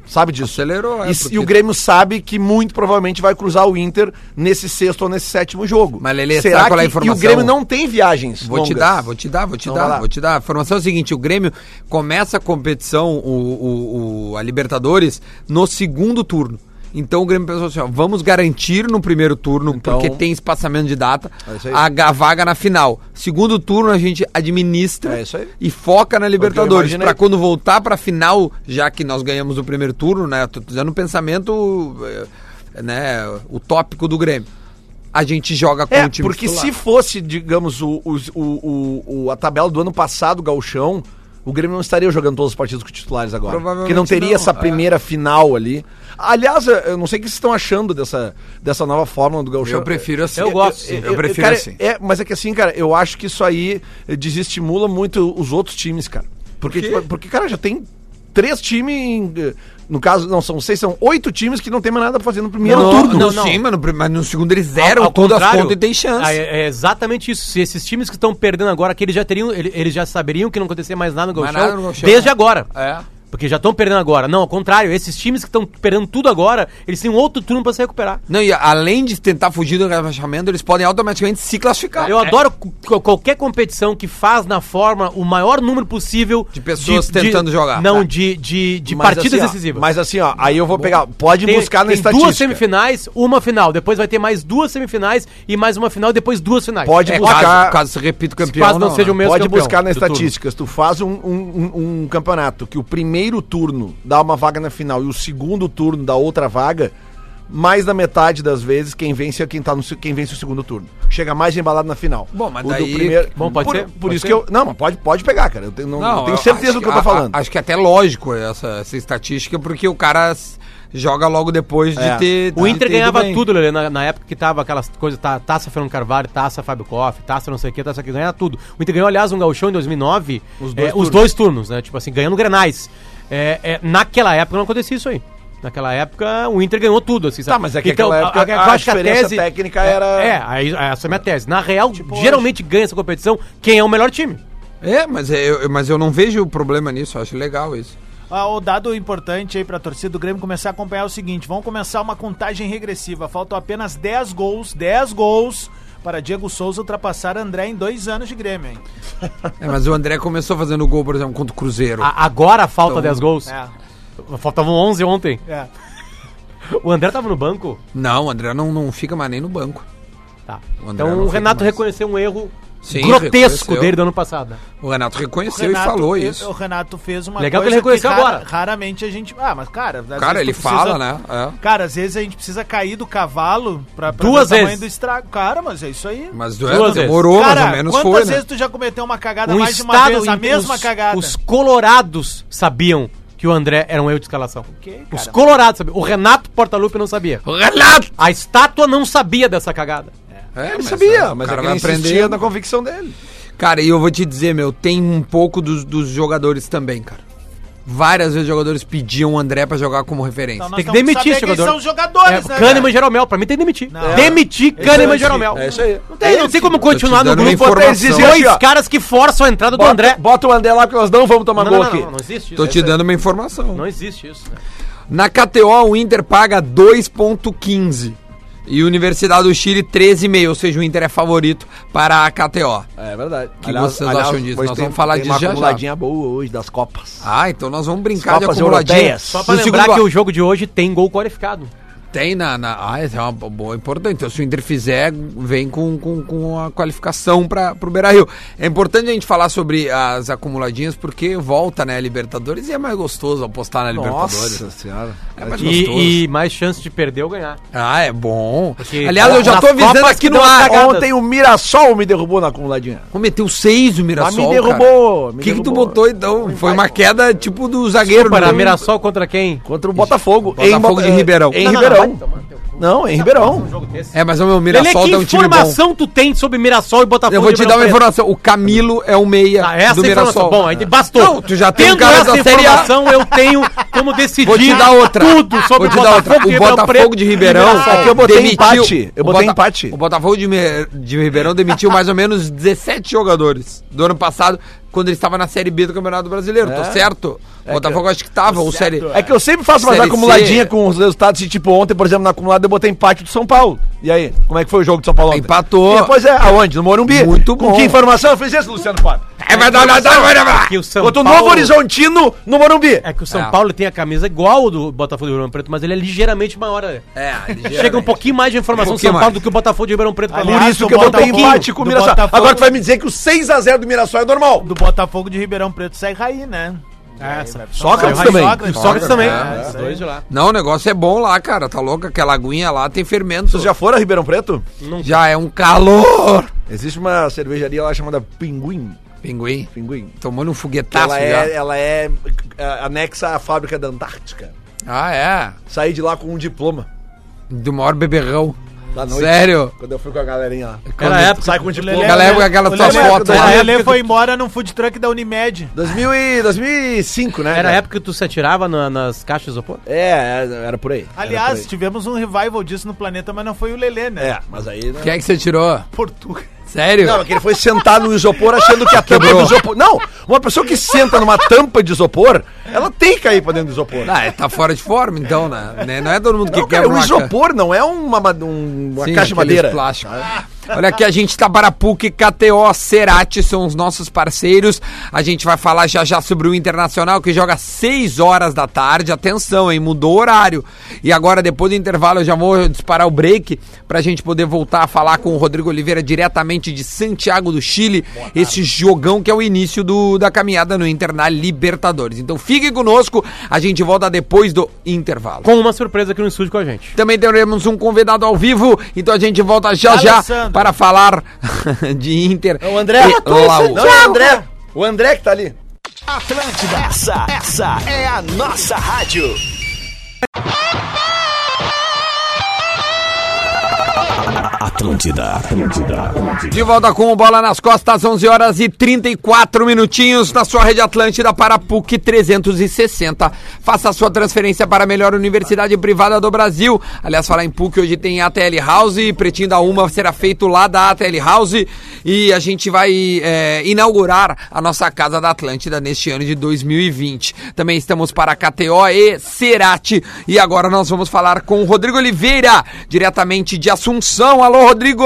Sabe disso.
Acelerou, é,
E,
porque-
e o Grêmio sabe que muito provavelmente vai cruzar o Inter nesse sexto ou nesse sétimo jogo.
Mas, Lelê,
Será
sabe qual é a
que... E
informação?
o Grêmio não tem viagens
Vou te
longas.
dar, vou te dar, vou te
Então vai
dar,
lá.
vou te dar. A informação é o seguinte: o Grêmio começa a competição, o, o- o- a Libertadores, no segundo turno. Então o Grêmio pensou assim: ó, vamos garantir no primeiro turno,
Então-
porque tem espaçamento de data,
É isso aí.
a ga- vaga na final. Segundo turno a gente administra
É isso aí.
e foca na Libertadores.
imaginei.
Pra quando voltar pra final, já que nós ganhamos o primeiro turno, né? Tô dando um pensamento eh, né, utópico do Grêmio. A gente joga com
É,
o um time
porque
titular.
se fosse, digamos, o, os- o, o, o- a tabela do ano passado, Galchão, o o Grêmio não estaria jogando todos os partidos com titulares agora.
Provavelmente
Porque não teria
não,
essa
é.
primeira final ali. Aliás, eu- eu não sei o que vocês estão achando dessa, dessa nova fórmula do Gauchão.
Eu prefiro assim.
Eu gosto, sim.
Eu, prefiro
cara,
assim.
É, mas é que assim, cara, eu acho que isso aí eh, desestimula muito os outros times, cara. Porque, tipo, porque cara, já tem três times. em, eh, No caso, não são seis, são oito times que não tem mais nada pra fazer no primeiro
Não,
turno.
não,
No sim, mas no, prim- mas no segundo eles zeram
Ao
todas as
contrário,
contas e tem chance.
ah, É, é exatamente isso. Se esses times que estão perdendo agora, que eles já teriam, ele- eles já saberiam que não acontecia mais nada no
Mais
Gauchão,
nada no Gauchão.
desde agora.
É.
Porque já estão perdendo agora. Não, ao contrário, esses times que estão perdendo tudo agora, eles têm um outro turno pra se recuperar.
Não, e além de tentar fugir do rebaixamento, eles podem automaticamente se classificar.
É.
Eu adoro co- qualquer competição que faz na forma o maior número possível
De pessoas tentando jogar.
Não,
Tá.
de, de, de
Mas
partidas
assim, ó,
decisivas.
Mas assim, ó, aí eu vou pegar. Pode
Tem-
buscar na
tem
estatística.
duas semifinais, uma final. Depois vai ter mais duas semifinais e mais uma final, depois duas finais.
Pode
É,
buscar.
caso, caso se repita o campeão. né?
caso não seja o mesmo
Pode
campeão
buscar na
do turno.
estatística. Se tu faz um, um- um- um campeonato que o primeiro turno dá uma vaga na final e o segundo turno dá outra vaga, mais da metade das vezes quem vence é quem, tá no, se- quem vence o segundo turno. Chega mais embalado na final.
Bom, mas
do
daí-
Bom, pode
por,
ser?
Por
Pode
isso
ser?
que eu. Não, mas pode, pode pegar, cara. Eu tenho, não, eu tenho certeza do que eu tô
a-
falando.
a- acho que é até lógico essa, essa estatística, porque o cara s- joga logo depois de
É.
ter.
O
de ter
Inter
ido
ganhava
bem.
tudo, Lelê, na, na época que tava aquelas coisas, ta- taça Fernando Carvalho, taça Fábio Koff, taça não sei o que, taça que ganhava tudo. O Inter ganhou, aliás, um gauchão em 2009, é, os dois, turnos. né? Tipo assim, ganhando grenais. É, é, naquela época não acontecia isso aí. Naquela época o Inter ganhou tudo, assim, sabe?
Tá, mas é que aquela época
eu
a
acho que
diferença técnica era- Tipo,
É, aí, essa é a minha tese. Na real, geralmente ganha essa competição quem é o melhor time.
É, mas é- eu, mas eu não vejo problema nisso, eu acho legal isso.
Ah, o dado importante aí pra torcida do Grêmio começar a acompanhar é o seguinte: vão começar uma contagem regressiva. Faltam apenas 10 gols, 10 gols para Diego Souza ultrapassar André em dois anos de Grêmio, hein?
É, mas o André começou fazendo gol, por exemplo, contra o Cruzeiro.
A- agora falta
Então,
10 gols.
É,
Faltavam 11 ontem.
é.
O André tava no banco.
Não, o André não, não fica mais nem no banco.
Tá.
O André
então
não
o
fica
Renato
mais.
reconheceu um erro
Sim,
grotesco
reconheceu.
dele do ano passado. né?
O Renato reconheceu
Renato-
e falou isso.
O Renato fez uma
Legal que ele reconheceu
rara-
agora.
Raramente a gente. Ah, mas cara.
Cara,
às vezes tu
tá
ele
precisa-
fala, né? É.
Cara, às vezes a gente precisa cair do cavalo pra, pra
Duas
ver o tamanho
vezes.
do estrago. Cara, mas é isso aí.
Mas
Duas
é,
vezes.
demorou,
cara,
mais ou menos
quantas
foi, né?
vezes tu já cometeu uma cagada
Um
mais de uma
estado
vez? A
em-
mesma
os,
cagada.
Os colorados sabiam que o André era um erro de escalação.
Ok,
Os
cara.
colorados sabiam. O Renato Portaluppi não sabia.
Renato!
A estátua não sabia dessa cagada.
É,
Ele sabia, mas
o
é
cara
que
vai
ele
aprender.
insistia na convicção dele.
Cara, e eu vou te dizer, meu, tem um pouco dos, dos jogadores também, cara. Várias vezes os jogadores pediam o André pra jogar como referência.
Então, nós
Tem que
temos
demitir
saber
esse
quem
jogador.
são os jogadores, né?
é, Kahneman e Jeromel, pra mim tem que demitir.
Não.
Demitir Kahneman
aí,
e Jeromel.
é isso aí.
Não tem, não tem como continuar
dando
no grupo
uma
até
informação.
dois
Aqui, ó.
caras que forçam a entrada do André.
Bota o André lá porque nós não vamos tomar gol aqui.
existe
É
Tô te dando uma informação.
Não existe isso. né?
Na KTO, o Inter paga 2,15. E Universidade do Chile, 13,5. Ou seja, o Inter é favorito para a KTO.
É verdade. O
que vocês acham disso? Nós vamos falar disso já, já.
Uma acumuladinha boa hoje das Copas.
Ah, então nós vamos brincar
Copas
de acumuladinha.
europeias.
Só
Só
pra lembrar que o jogo de hoje tem gol qualificado.
Tem na... na... Ah, essa é uma boa importante. Então, se o Inter fizer, vem com, com, com a qualificação para o Beira-Rio. É importante a gente falar sobre as acumuladinhas, porque volta, né, Libertadores. E é mais gostoso apostar na Libertadores.
senhora.
É mais gostoso.
E, e mais chance de perder ou ganhar.
Ah, é bom.
Porque
Aliás, eu já
nas
tô avisando
Copas
aqui
que
no
dão uma
ar.
cagada.
Ontem o Mirassol me derrubou na acumuladinha.
Ó, Meteu seis o Mirassol.
Mas
Ah,
me derrubou.
O
me
que, que tu
derrubou.
botou então? Foi uma queda tipo do zagueiro.
Para
do-
Mirassol contra quem?
Contra o Botafogo.
Botafogo
Bo-
de Ribeirão.
Em
Não, não,
Ribeirão. Não, em Ribeirão.
É, mas o meu
Lelê,
Mirassol
que
dá um time bom.
informação tu tem sobre Mirassol e Botafogo?
Eu vou te
de
dar uma
Ribeirão Preto?
informação. O Camilo é o meia
Tá, essa
do
é a informação.
Mirassol.
Bom, aí bastou.
Não, tu já tem um cara
essa
da Série A.
informação, eu tenho como decidir
Vou te dar um- outra.
tudo
Vou
sobre
te dar outra. O Botafogo de Ribeirão.
Mirassol.
É que eu botei empate. Eu
o
botei empate.
O Botafogo de, Me- de Ribeirão demitiu mais ou menos 17 jogadores do ano passado, quando ele estava na Série B do Campeonato Brasileiro. Tô certo? O Botafogo acho que estava. Ou série...
É que eu sempre faço umas
Série C.
acumuladinhas com os resultados. E tipo, ontem, por exemplo, na acumulada eu botei empate do São Paulo. E aí, como é que foi o jogo do São Paulo ontem?
Empatou.
E, pois é, aonde? No Morumbi.
Muito
Com
bom.
que informação eu fiz isso, Luciano Fábio?
É, vai dar, vai dar, vai dar.
Que o São
Contra o
Paulo-
Novo Horizontino no Morumbi.
É que o São
É.
Paulo tem a camisa igual ao do Botafogo de Ribeirão Preto, mas ele é ligeiramente maior. né?
É,
Chega um pouquinho mais de informação
Um
do São
pouquinho
Paulo
mais.
do que o Botafogo de Ribeirão
Ah,
Preto.
Aliás,
Por isso
do
que eu botei
Botafogo-
empate com o
do
Mirassol.
Botafogo-
Agora tu vai me dizer que o 6x0 do Mirassol é normal.
Do Botafogo de Ribeirão Preto sai Raí, né? Essa.
Sócrates também.
Sócrates,
Sócrates também.
É,
Os dois de lá.
Não, o negócio é bom lá, cara. Tá louco? Aquela aguinha lá tem fermento.
Vocês já foram a Ribeirão Preto?
Já é um calor.
Existe uma cervejaria lá chamada Pinguim.
Pinguim.
Pinguim.
Tomou um foguetaço
Ela
já.
é, ela é é, anexa à fábrica da Antártica.
Ah, é.
Saí de lá com um diploma.
Do maior beberrão.
Da noite.
Sério?
Quando eu fui com a galerinha lá.
Era época.
Sai com um diploma.
Aquela época,
é O
aquelas
Lelê-
tuas fotos
o
lá.
Lelê foi embora num food truck da Unimed.
2000 e, 2005, né?
Era a
cara?
época que tu se atirava na- nas caixas de isopor?
É, era- era por aí. Era
Aliás,
por
tivemos um revival disso no planeta, mas não foi o Lelê,
aí.
né?
É, mas aí... Né?
Quem é que você tirou?
Portugal.
Sério?
Não, é que ele foi sentar no isopor achando que a tampa do isopor... Não, uma pessoa que senta numa tampa de isopor, ela tem que cair pra dentro do isopor.
Ah, é, tá fora de forma, então, né? Né? Não é todo mundo que
Não,
quer
cara, o isopor não é uma, ma- um- uma caixa de madeira. Ah.
Plástico. Olha aqui, a gente tá Barapuc, KTO, Cerati são os nossos parceiros. A gente vai falar já já sobre o Internacional que joga 6 horas da tarde. Atenção, hein? Mudou o horário. E agora, depois do intervalo, eu já vou disparar o break pra gente poder voltar a falar com o Rodrigo Oliveira diretamente de Santiago do Chile. Esse jogão que é o início do, da caminhada no Inter na Libertadores. Então fiquem conosco, a gente volta depois do intervalo.
Com uma surpresa aqui no estúdio com a gente.
Também teremos um convidado ao vivo, então a gente volta já já
Alessandro.
para falar de Inter.
É o André.
e Laú.
Não, é o André. O André que tá ali.
Essa, essa é a nossa rádio.
Atlântida, Atlântida, Atlântida.
De volta com o Bola nas Costas, 11 horas e 34 minutinhos na sua rede Atlântida para a PUC 360. Faça a sua transferência para a melhor universidade privada do Brasil. Aliás, falar em PUC, hoje tem ATL House, Pretinho da Uma será feito lá da ATL House e a gente vai é, inaugurar a nossa Casa da Atlântida neste ano de 2020. Também estamos para a KTO e Cerati. E agora nós vamos falar com o Rodrigo Oliveira, diretamente de Assunção. Alô, Rodrigo!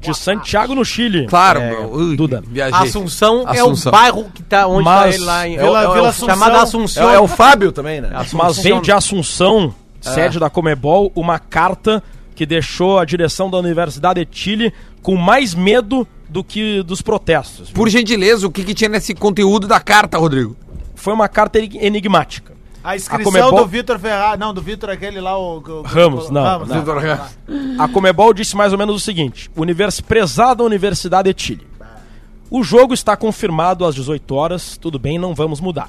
De Santiago, no Chile.
Claro,
É,
meu. Ui,
Duda.
Viajei.
Assunção,
Assunção.
é o bairro que tá onde tá
Mas
ele lá em
é o- Vila-
é o-
Vila
chamado
É,
Assunção.
é o Fábio também, né?
Mas veio de Assunção, sede da Comebol, uma carta que deixou a direção da Universidade de Chile com mais medo do que dos protestos.
Por gentileza, o que, que tinha nesse conteúdo da carta, Rodrigo?
Foi uma carta enig- enigmática.
A inscrição
Comebol-
do Vitor Ferraz. Não, do Vitor aquele lá, o. o- o-
Ramos, não, não.
Vitor Ramos.
A Comebol disse mais ou menos o seguinte: univers, prezada Universidade de Chile. O jogo está confirmado às 18 horas, tudo bem, não vamos mudar.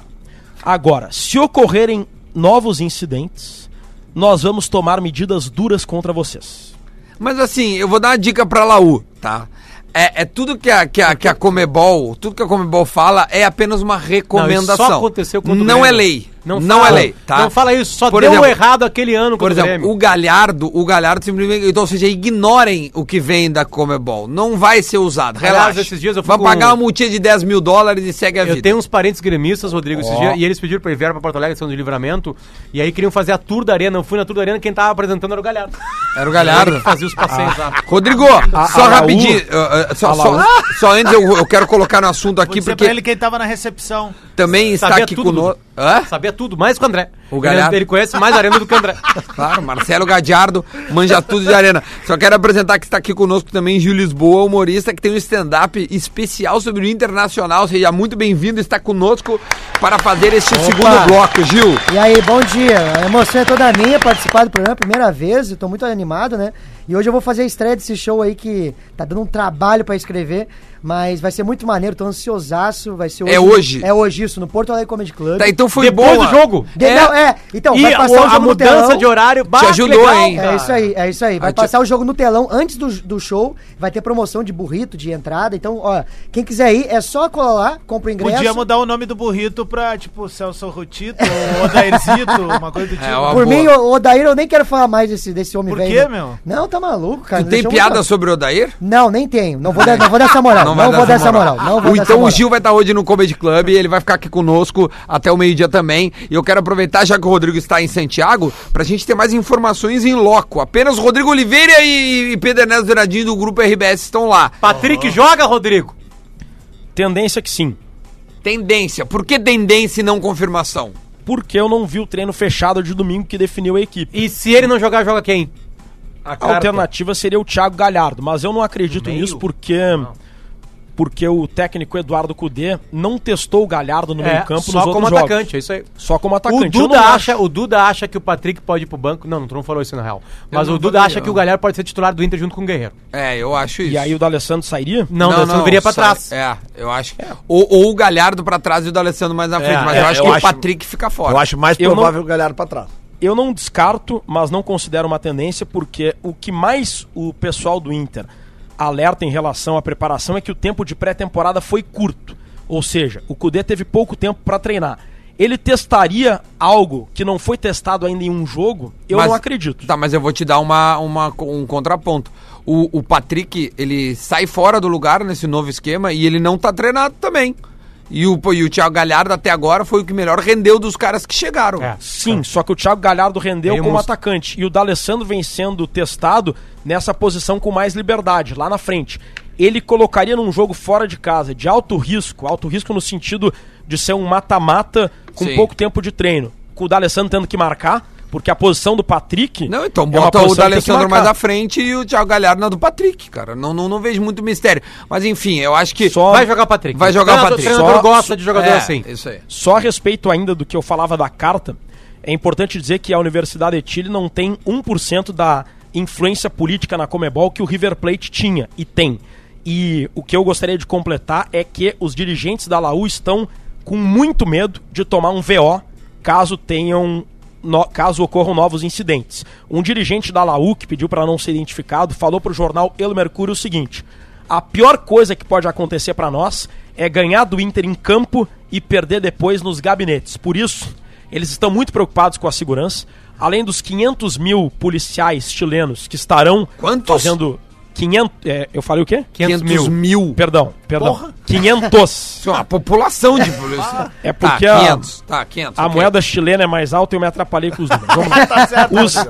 Agora, se ocorrerem novos incidentes, nós vamos tomar medidas duras contra vocês.
Mas assim, eu vou dar uma dica pra Laú, tá? É, é tudo que a, que, a, que a Comebol, tudo que a Comebol fala é apenas uma recomendação.
Não, isso só aconteceu contra o
Não
Grêmio.
é lei. Não,
Não
é
fala-
lei, tá?
não fala isso, só
Por
deu
exemplo-
errado aquele ano
Por
contra o
exemplo,
Grêmio.
o Galhardo, o Galhardo simplesmente, então, ou seja, ignorem o que vem da Comebol, não vai ser usado, relaxa.
Aliás, esses dias eu fui
Vai
com-
pagar uma multinha de 10 mil dólares e segue a vida.
Eu tenho uns parentes gremistas, Rodrigo, esses dias, e eles pediram pra eu vier pra Porto Alegre, são do livramento, e aí queriam fazer a tour da arena. Eu fui na tour da arena, quem tava apresentando era o Galhardo.
Era o Galhardo.
um Fazia os passeios lá.
Rodrigo, só
a Laú-
rapidinho, ah, ah, só, só, só antes eu, eu quero colocar no assunto
Vou
aqui,
dizer
porque
pra ele quem tava na recepção.
também está
Sabia
aqui
tudo,
conosco.
Dudu.
Hã?
Sabia tudo, mais que o André.
O Galhardo.
Ele, ele conhece mais a arena do que o André.
Claro, Marcelo Gadiardo, manja tudo de arena. Só quero apresentar que está aqui conosco também Gil Lisboa, humorista, que tem um stand-up especial sobre o Internacional. Seja muito bem-vindo, está conosco para fazer este segundo bloco, Gil.
E aí, bom dia. A emoção é toda minha participar do programa, primeira vez, eu tô muito animado, né? E hoje eu vou fazer a estreia desse show aí que tá dando um trabalho pra escrever, mas vai ser muito maneiro, tô ansiosaço, vai ser
É hoje?
É hoje isso, no Porto Alegre Comedy Club.
Tá, então foi
Depois
boa.
do jogo.
De- não, é, então,
e
vai
a,
passar o,
a
jogo no
mudança
telão.
de horário. bah, ah, que
ajudou, hein?
É isso aí, é isso aí. Vai
Ah,
passar o jogo no telão antes do, do show. Vai ter promoção de burrito, de entrada. Então, ó, quem quiser ir, é só colar lá, compra o ingresso.
Podia mudar o é nome do burrito pra, tipo, Celso Rotito ou Odaircito, uma coisa do
É,
tipo.
ó,
Por
boa.
mim, o Odair, eu nem quero falar mais desse, desse homem
Por
velho.
quê,
né?
meu?
Não, tá maluco, cara.
Tu tem
Deixa eu
piada
mudar.
sobre o Odair?
Não, nem tenho. Não vou dar, não vou dar essa moral. Não,
vai
vou dar essa moral. Não vou
Ou
dar essa
então o
moral.
Gil vai estar hoje no Comedy Club e ele vai ficar aqui conosco até o meio-dia também. E eu quero aproveitar, já que o Rodrigo está em Santiago, pra gente ter mais informações em loco. Apenas Rodrigo Oliveira e, e Pedro Ernesto Douradinho do Grupo RBS estão lá.
Patrick joga, Rodrigo.
Tendência que sim.
Tendência. Por que tendência e não confirmação?
Porque eu não vi o treino fechado de domingo que definiu a equipe.
E se ele não jogar, joga quem?
A alternativa seria o Thiago Galhardo, mas eu não acredito nisso porque porque o técnico Eduardo Cudê não testou o Galhardo no meio campo
É, só
nos
como
outros jogos.
atacante, é isso aí.
Só como
O
atacante. Eu
Duda,
não acho-
acha, o Duda acha que o Patrick pode ir pro banco. Não, tu não falou isso na real. Mas
não
o Duda
falei,
acha
não.
que o Galhardo pode ser titular do Inter junto com o Guerreiro.
É, eu acho isso.
E aí o D'Alessandro sairia?
Não, não, não viria pra
sai-
trás.
É, eu acho. Ou, ou o Galhardo pra trás e o D'Alessandro mais na frente. mas
é,
eu acho
eu
que o
acho-
Patrick fica fora.
Eu acho mais
Eu não-
provável o Galhardo pra trás.
Eu não descarto, mas não considero uma tendência, porque o que mais o pessoal do Inter alerta em relação à preparação é que o tempo de pré-temporada foi curto. Ou seja, o Cudê teve pouco tempo para treinar. Ele testaria algo que não foi testado ainda em um jogo? Eu
Mas-
não acredito.
Tá, mas eu vou te dar uma, uma, um contraponto. O, o Patrick, ele sai fora do lugar nesse novo esquema e ele não tá treinado também. E o, e o Thiago Galhardo até agora foi o que melhor rendeu dos caras que chegaram.
É.
Sim, só que o Thiago Galhardo rendeu
Meio
como
mus-
atacante e o D'Alessandro vem sendo testado nessa posição com mais liberdade, lá na frente. Ele colocaria num jogo fora de casa, de alto risco, alto risco no sentido de ser um mata-mata com
Sim.
pouco tempo de treino, com o D'Alessandro tendo que marcar, porque a posição do Patrick
Não, então
é uma
bota o
posição que tem que
D'Alessandro
marcar.
mais à frente e o Thiago Galhardo na do Patrick, cara. Não, não, não vejo muito mistério. Mas enfim, eu acho que.
Só-
Vai jogar o Patrick.
Vai jogar o
Treinador-
Patrick.
treinador
Só-
gosta de jogador
É,
assim.
Isso aí.
Só a respeito ainda do que eu falava da carta, é importante dizer que a Universidade de Chile não tem 1% da influência política na Comebol que o River Plate tinha e tem. E o que eu gostaria de completar é que os dirigentes da Laú estão com muito medo de tomar um VO caso tenham no- caso ocorram novos incidentes. Um dirigente da Laú que pediu para não ser identificado falou para o jornal El Mercúrio o seguinte: a pior coisa que pode acontecer para nós é ganhar do Inter em campo e perder depois nos gabinetes. Por isso, eles estão muito preocupados com a segurança. Além dos 500 mil policiais chilenos que estarão
Quantos?
fazendo 500, é, eu falei o quê?
500 mil.
Perdão, perdão. 500.
Isso é uma população de polícia.
É porque
tá,
a-
500, tá, 500.
A
ok.
moeda chilena é mais alta e eu me atrapalhei com os números. Vamos lá.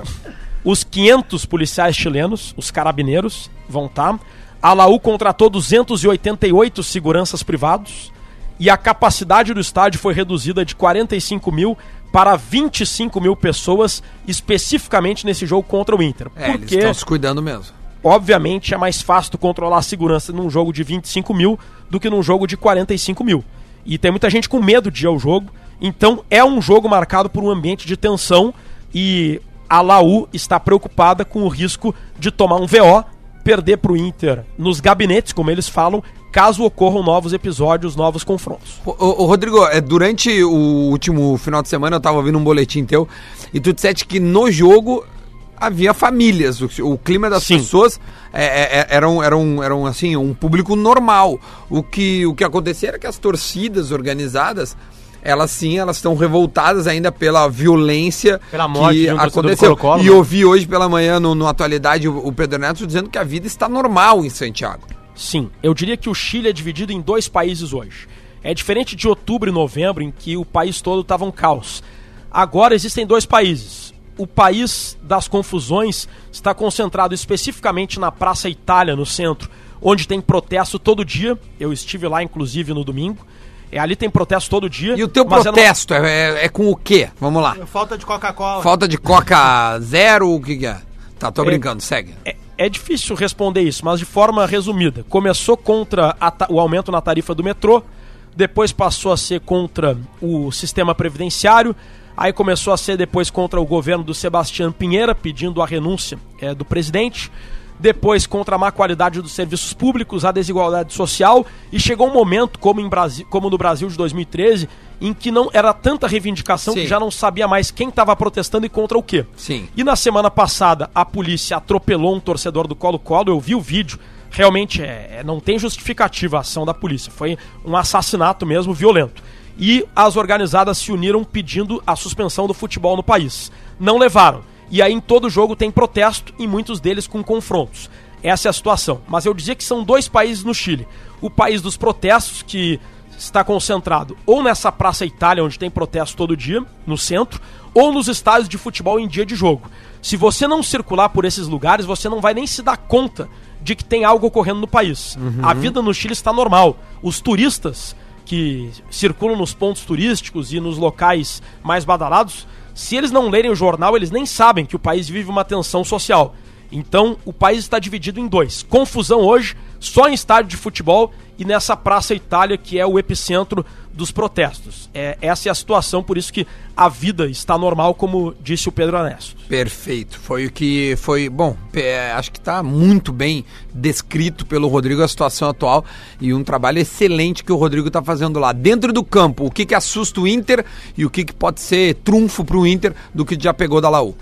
os, os 500 policiais chilenos, os carabineiros, vão estar. A Laú contratou 288 seguranças privados e a capacidade do estádio foi reduzida de 45 mil para 25 mil pessoas, especificamente nesse jogo contra o Inter.
É, eles estão se cuidando mesmo.
obviamente é mais fácil tu controlar a segurança num jogo de 25 mil do que num jogo de 45 mil. E tem muita gente com medo de ir ao jogo. Então é um jogo marcado por um ambiente de tensão e a Laú está preocupada com o risco de tomar um VO, perder para o Inter nos gabinetes, como eles falam, caso ocorram novos episódios, novos confrontos.
Ô, ô, ô, Rodrigo, é, durante o último final de semana eu tava ouvindo um boletim teu e tu disseste que no jogo havia famílias, o, o clima das
Sim.
pessoas é, é, é, eram, eram, eram assim, um público normal. O que, o que acontecia era que as torcidas organizadas, elas sim, elas estão revoltadas ainda pela violência
Pela morte
que
de um torcedor do
aconteceu.
Colo-Colo,
e
né?
eu vi hoje pela manhã no, no Atualidade o, o Pedro Neto dizendo que a vida está normal em Santiago.
Sim, eu diria que o Chile é dividido em dois países hoje. É diferente de outubro e novembro, em que o país todo estava um caos. Agora existem dois países. O país das confusões está concentrado especificamente na Praça Itália, no centro, onde tem protesto todo dia. Eu estive lá, inclusive, no domingo. É, ali tem protesto todo dia.
E o teu
mas é numa-
protesto é, é- é com o quê? Vamos lá.
Falta de Coca-Cola.
Falta de coca zero, o que, que é? Tá, tô brincando, segue.
É, é difícil responder isso, mas de forma resumida. Começou contra a ta- o aumento na tarifa do metrô, depois passou a ser contra o sistema previdenciário, aí começou a ser depois contra o governo do Sebastião Pinheira, pedindo a renúncia eh, do presidente, depois contra a má qualidade dos serviços públicos, a desigualdade social, e chegou um momento, como, em Brasi como no Brasil de 2013, em que não era tanta reivindicação
Sim.
que já não sabia mais quem estava protestando e contra o quê.
Sim.
E na semana passada, a polícia atropelou um torcedor do Colo-Colo. Eu vi o vídeo. Realmente, é, é- não tem justificativa a ação da polícia. Foi um assassinato mesmo violento. E as organizadas se uniram pedindo a suspensão do futebol no país. Não levaram. E aí, em todo jogo, tem protesto e muitos deles com confrontos. Essa é a situação. Mas eu dizia que são dois países no Chile: o país dos protestos, que está concentrado ou nessa Praça Itália, onde tem protesto todo dia, no centro, ou nos estádios de futebol em dia de jogo. Se você não circular por esses lugares, você não vai nem se dar conta de que tem algo ocorrendo no país. A vida no Chile está normal. Os turistas que circulam nos pontos turísticos e nos locais mais badalados, se eles não lerem o jornal, eles nem sabem que o país vive uma tensão social. Então, o país está dividido em dois. Confusão hoje, só em estádio de futebol e nessa Praça Itália, que é o epicentro dos protestos. É, essa é a situação, por isso que a vida está normal, como disse o Pedro Anesto.
Perfeito. Foi o que foi. Bom, é, acho que está muito bem descrito pelo Rodrigo a situação atual e um trabalho excelente que o Rodrigo está fazendo lá. Dentro do campo, o que, que assusta o Inter e o que, que pode ser trunfo para o Inter do que já pegou da Laú.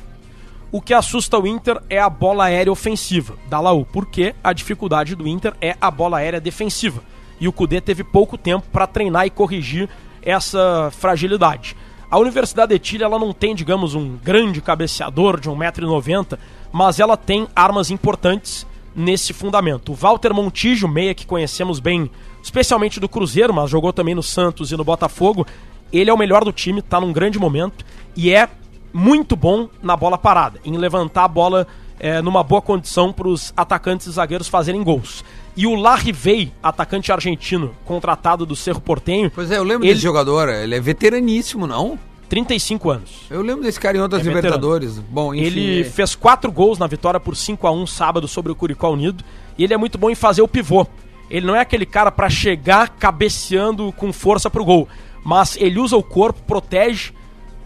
O que assusta o Inter é a bola aérea ofensiva da Laú, porque a dificuldade do Inter é a bola aérea defensiva. E o Cudê teve pouco tempo para treinar e corrigir essa fragilidade. A Universidade de Etília ela não tem, digamos, um grande cabeceador de 1,90m, mas ela tem armas importantes nesse fundamento. O Walter Montijo, meia que conhecemos bem, especialmente do Cruzeiro, mas jogou também no Santos e no Botafogo, ele é o melhor do time, tá num grande momento e é muito bom na bola parada, em levantar a bola eh, numa boa condição para os atacantes e zagueiros fazerem gols. E o Larrivei, atacante argentino, contratado do Cerro Portenho,
Pois é, eu lembro
Ele-
desse jogador, ele é veteraníssimo, não?
35 anos.
Eu lembro desse cara em outras
É veterano.
Libertadores. Bom, enfim.
ele
é-
fez quatro gols na vitória por 5 a 1 sábado sobre o Curicó Unido. E ele é muito bom em fazer o pivô. Ele não é aquele cara pra chegar cabeceando com força pro gol, mas ele usa o corpo, protege,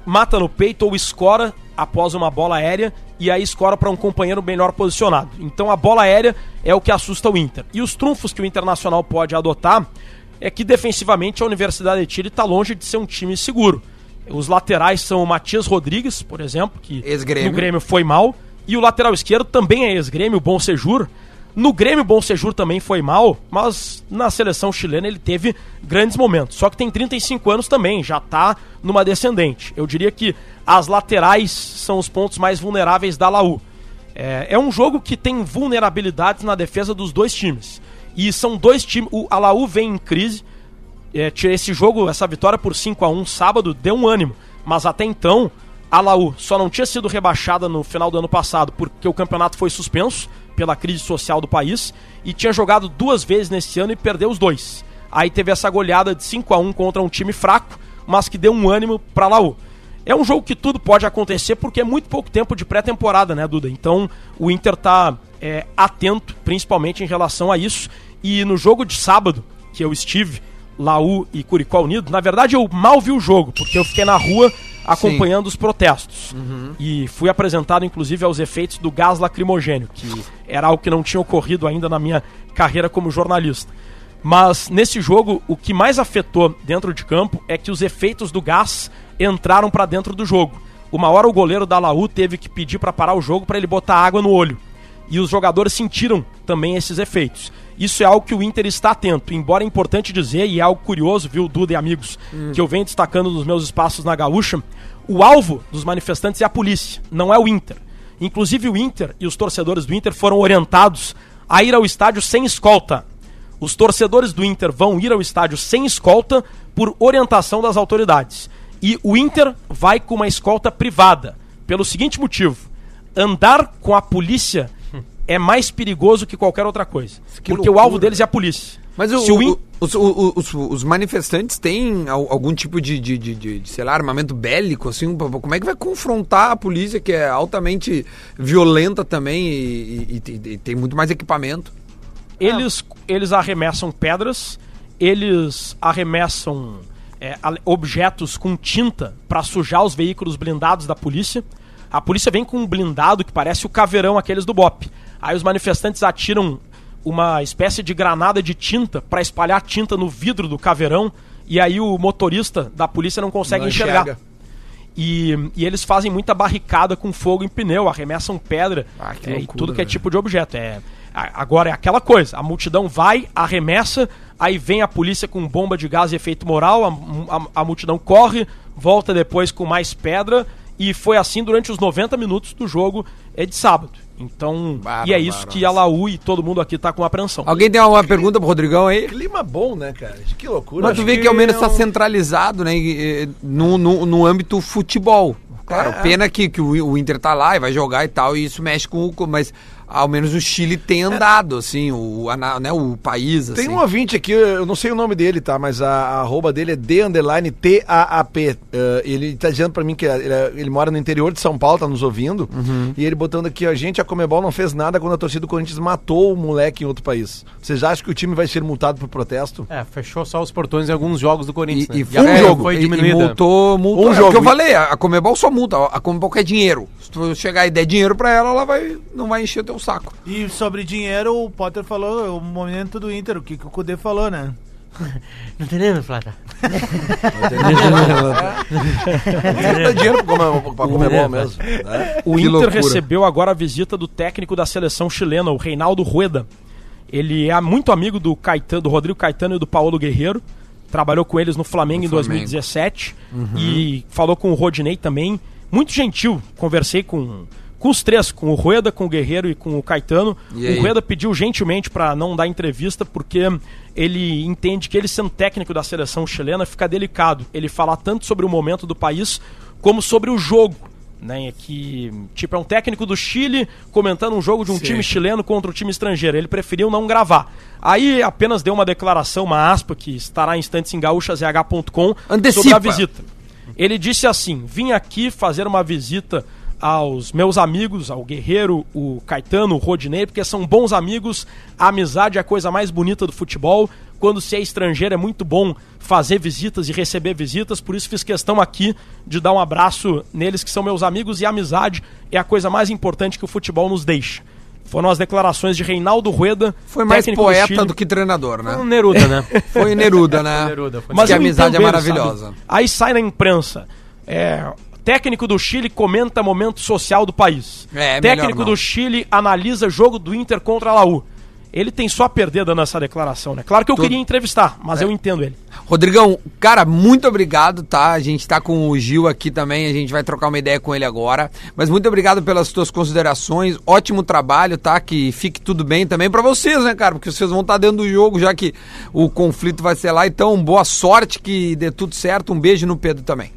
mata no peito ou escora após uma bola aérea e aí escora pra um companheiro melhor posicionado. Então a bola aérea é o que assusta o Inter. E os trunfos que o Internacional pode adotar é que defensivamente a Universidade de Chile tá longe de ser um time seguro. Os laterais são o Matias Rodrigues, por exemplo, que
Ex-Grêmio.
no Grêmio foi mal. E o lateral esquerdo também é ex-Grêmio, o Bonsejur. No Grêmio, o Bonsejur também foi mal, mas na seleção chilena ele teve grandes momentos. Só que tem 35 anos também, já tá numa descendente. Eu diria que as laterais são os pontos mais vulneráveis da Laú. É, é um jogo que tem vulnerabilidades na defesa dos dois times. E são dois times. O a Laú vem em crise, é, tira esse jogo, essa vitória por 5 a 1 sábado, deu um ânimo. Mas até então, a Laú só não tinha sido rebaixada no final do ano passado porque o campeonato foi suspenso pela crise social do país e tinha jogado duas vezes nesse ano e perdeu os dois. Aí teve essa goleada de 5 a 1 contra um time fraco, mas que deu um ânimo pra Laú. É um jogo que tudo pode acontecer porque é muito pouco tempo de pré-temporada, né, Duda? Então o Inter tá é, atento, principalmente em relação a isso. E no jogo de sábado, que eu estive, Laú e Curicó Unido. Na verdade, eu mal vi o jogo, porque eu fiquei na rua acompanhando os protestos. E fui apresentado, inclusive, aos efeitos do gás lacrimogênio, que era algo que não tinha ocorrido ainda na minha carreira como jornalista. Mas nesse jogo, o que mais afetou dentro de campo é que os efeitos do gás entraram pra dentro do jogo. Uma hora o goleiro da Laú teve que pedir pra parar o jogo pra ele botar água no olho e os jogadores sentiram também esses efeitos. Isso é algo que o Inter está atento, embora é importante dizer, e é algo curioso, viu, Duda e amigos, que eu venho destacando nos meus espaços na Gaúcha, o alvo dos manifestantes é a polícia, não é o Inter. Inclusive o Inter e os torcedores do Inter foram orientados a ir ao estádio sem escolta. Os torcedores do Inter vão ir ao estádio sem escolta por orientação das autoridades. E o Inter vai com uma escolta privada, pelo seguinte motivo: andar com a polícia é mais perigoso que qualquer outra coisa.
Hum. Que
porque o
loucura.
alvo deles é a polícia.
Mas o-
Se o In-
o- os, o- o- os- os manifestantes têm al- algum tipo de, de, de- de- de, sei lá, armamento bélico, assim? pra- pra- Como é que vai confrontar a polícia, que é altamente violenta também e, e- e- e tem muito mais equipamento?
Eles, eles arremessam pedras, eles arremessam é, ale- objetos com tinta pra sujar os veículos blindados da polícia. A polícia vem com um blindado que parece o caveirão aqueles do BOP. Aí os manifestantes atiram uma espécie de granada de tinta pra espalhar tinta no vidro do caveirão e aí o motorista da polícia não consegue
Não
enxergar.
enxerga.
E, e eles fazem muita barricada com fogo em pneu, arremessam pedra
Ah, que
é, e
loucura,
tudo que é
velho.
tipo de objeto. É, a- agora é aquela coisa: a multidão vai, arremessa, aí vem a polícia com bomba de gás e efeito moral, a, a- a multidão corre, volta depois com mais pedra, e foi assim durante os 90 minutos do jogo é de sábado. Então, e é
Bárbaro,
isso que a Laú e todo mundo aqui tá com apreensão.
Alguém tem alguma pergunta pro Rodrigão aí?
Clima bom, né, cara? Que é um- loucura.
Mas tu vê que ao menos está centralizado, né, e- e- no, no, no âmbito
É.
futebol. Claro, pena que, que o, o Inter tá lá e vai jogar e tal, e isso mexe com o... com- Mas a- ao menos o Chile tem andado, assim, o, a na- né, o país, assim.
Tem um ouvinte aqui, eu não sei o nome dele, tá? Mas a, a arroba dele é D underline T-A-A-P. Eh, ele tá dizendo pra mim que ele, é- ele mora no interior de São Paulo, tá nos ouvindo. E ele botando aqui, a gente, a Comebol não fez nada quando a torcida do Corinthians matou o moleque em outro país. Vocês acham que o time vai ser multado por protesto?
É, fechou só os portões em alguns jogos do Corinthians.
E, e
né?
foi
a
um
pena
jogo.
Foi
e- E
diminuída.
multou, multou.
Um
é
jogo.
o que eu falei, a a Comebol só multa. A Comebol quer dinheiro. Se tu chegar e der dinheiro pra ela, ela vai, não vai encher o teu saco.
E sobre dinheiro, o Potter falou é o momento do Inter, o que, que o Cudê falou, né?
Não tem nem, Flávio.
Dá dinheiro pra Come- pra
é
Comebol mesmo. né?
O
Que
Inter
loucura.
recebeu agora a visita do técnico da seleção chilena, o Reinaldo Rueda. Ele é muito amigo do Caetano, do Rodrigo Caetano e do Paulo Guerreiro. Trabalhou com eles no Flamengo em
Flamengo. Uhum.
2017 e falou com o Rodinei também. Muito gentil. Conversei com, com os três, com o Rueda, com o Guerreiro e com o Caetano.
E aí?
o Rueda pediu gentilmente para não dar entrevista porque ele entende que ele sendo técnico da seleção chilena fica delicado ele falar tanto sobre o momento do país como sobre o jogo. Né, É que, tipo, é um técnico do Chile comentando um jogo de um time chileno contra um time estrangeiro. Ele preferiu não gravar. Aí apenas deu uma declaração, uma aspa, que estará em instantes em gaúchazh.com sobre
Antecipa.
a visita. Ele disse assim: vim aqui fazer uma visita aos meus amigos, ao Guerreiro, o Caetano, o Rodinei, porque são bons amigos, a amizade é a coisa mais bonita do futebol. Quando se é estrangeiro é muito bom fazer visitas e receber visitas, por isso fiz questão aqui de dar um abraço neles que são meus amigos e a amizade é a coisa mais importante que o futebol nos deixa. Foram as declarações de Reinaldo Rueda,
Foi mais
técnico
poeta
Chile.
do que treinador,
Um
né?
Neruda, né?
Foi Neruda, né?
Neruda,
Diz
foi.
Mas então,
que a
eu não
amizade é
entendo ele,
maravilhosa.
sabe? Aí sai na imprensa. é, técnico do Chile comenta momento social do país.
É, melhor
técnico
não.
do Chile analisa jogo do Inter contra a Laú. Ele tem só a perder dando essa declaração, né? Claro que eu queria entrevistar, mas
É.
eu entendo ele.
Rodrigão, cara, muito obrigado, tá? A gente tá com o Gil aqui também, a gente vai trocar uma ideia com ele agora. Mas muito obrigado pelas tuas considerações, ótimo trabalho, tá? Que fique tudo bem também pra vocês, né, cara? Porque vocês vão estar dentro do jogo, já que o conflito vai ser lá. Então, boa sorte, que dê tudo certo. Um beijo no Pedro também.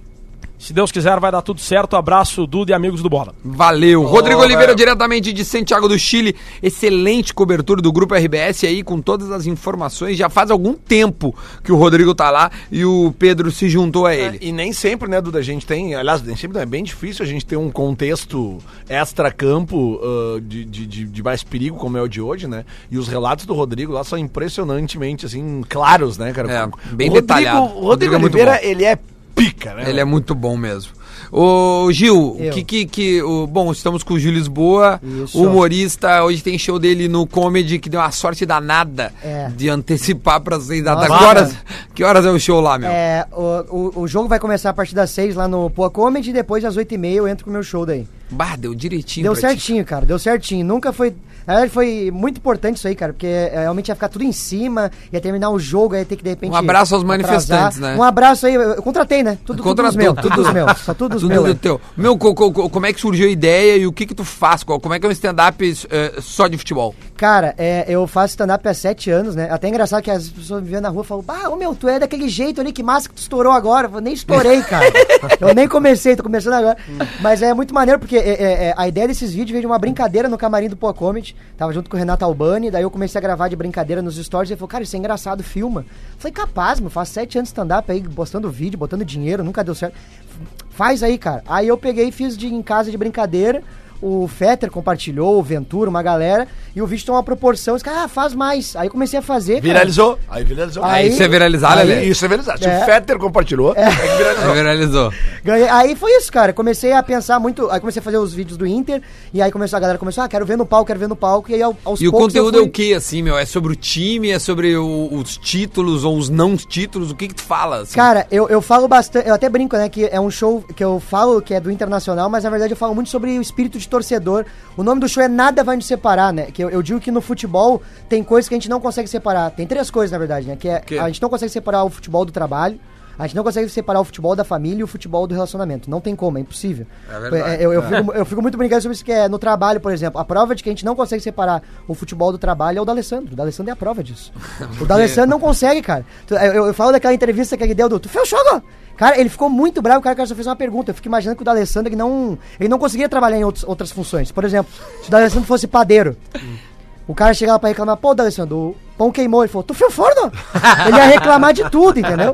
Se Deus quiser, vai dar tudo certo. Abraço, Duda e amigos do Bola.
Valeu. Rodrigo Oliveira, diretamente de Santiago do Chile. Excelente cobertura do Grupo RBS aí, com todas as informações. Já faz algum tempo que o Rodrigo tá lá e o Pedro se juntou a ele.
E nem sempre, né, Duda, a gente tem. Aliás, nem sempre não, é bem difícil a gente ter um contexto extra-campo ah, de, de, de- de mais perigo, como é o de hoje, né? E os relatos do Rodrigo lá são impressionantemente, assim, claros, né, cara?
É,
Com-
bem
o Rodrigo-
detalhado.
O Rodrigo,
Rodrigo é muito
Oliveira,
bom.
ele é pica, né?
Ele é muito bom mesmo. Ô, Gil,
Eu.
que, que, que, o, bom, estamos com o Gil Lisboa,
Isso.
humorista. Hoje tem show dele no Comedy, que deu uma sorte danada
É.
de antecipar para seis da
Nossa,
tarde. Que
cara.
horas, que horas é o show lá, meu?
É, o, o, o jogo vai começar a partir das 6 lá no Poa Comedy e depois às 8h30 eu entro com o meu show daí.
Bah, deu direitinho.
Deu
pra ti.
certinho, cara, deu certinho. Nunca foi. Na verdade, foi muito importante isso aí, cara, porque eh, realmente ia ficar tudo em cima, ia terminar o jogo, ia ter que de repente.
Um abraço aos
atrasar.
manifestantes, né?
Um abraço aí, eu eu contratei, né? Tudo, tudo dos
Contratou,
meus,
tudo-
tudo dos meus, só tudo dos
Tudo
meus.
do
é.
teu. Meu, co- co- co- como é que surgiu a ideia e o que que tu faz? Qual- Como é que é um stand-up eh, só de futebol?
Cara, é, eu faço stand-up há sete anos, né? Até é engraçado que as pessoas me vendo na rua e falam, bah, ô meu, tu é daquele jeito ali, que massa que tu estourou agora. Eu falo, nem estourei, cara. eu nem comecei, tô começando agora. Mas é muito maneiro, porque é, é, é, a ideia desses vídeos veio de uma brincadeira no camarim do Pô Comedy. Tava junto com o Renato Albani, daí eu comecei a gravar de brincadeira nos stories. Ele falou, cara, isso é engraçado, filma. Eu falei, capaz, meu, faz sete anos de stand-up aí, postando vídeo, botando dinheiro, nunca deu certo. Faz aí, cara. Aí eu peguei e fiz de, em casa de brincadeira. O Fetter compartilhou, o Ventura, uma galera, e o vídeo tomou uma proporção. Os caras, ah, faz mais. Aí eu comecei a fazer. cara.
Viralizou. Aí viralizou.
Aí-
Isso é viralizar,
aí-
Lelê?
Isso é viralizado. Se
É.
o Fetter compartilhou, é, que viralizou.
É, Viralizou.
Ganhei- Aí foi isso, cara. Comecei a pensar muito. Aí comecei a fazer os vídeos do Inter, e aí começou a galera começou, ah, quero ver no palco, quero ver no palco. E aí ao- aos
E o
poucos eu
conteúdo é
fui-
o que, assim, meu? É sobre o time, é sobre o- os títulos ou os não títulos? O que que tu fala? assim?
Cara, eu, eu falo bastante, eu até brinco, né, que é um show que eu falo que é do Internacional, mas na verdade eu falo muito sobre o espírito de torcedor. O nome do show é Nada Vai Nos Separar, né, que eu, eu digo que no futebol tem coisas que a gente não consegue separar. Tem três coisas, na verdade, né, que é, a gente não consegue separar o futebol do trabalho, A gente não consegue separar o futebol da família e o futebol do relacionamento. Não tem como, é impossível.
É verdade.
eu, eu fico, eu fico muito brincando sobre isso, que é no trabalho, por exemplo. A prova de que a gente não consegue separar o futebol do trabalho é o da Alessandro. O da Alessandro é a prova disso. o da Alessandro não consegue, cara. Tu- Eu, eu- eu falo daquela entrevista que ele deu do. Tu fechou, não? Cara, ele ficou muito bravo, o cara, o cara só fez uma pergunta. Eu fico imaginando que o D'Alessandro ele não, ele não conseguia trabalhar em outros- outras funções. Por exemplo, se o D'Alessandro fosse padeiro, o cara chegava pra reclamar, pô, D'Alessandro, o pão queimou. Ele falou, tu fez o forno? Ele ia reclamar de tudo, entendeu?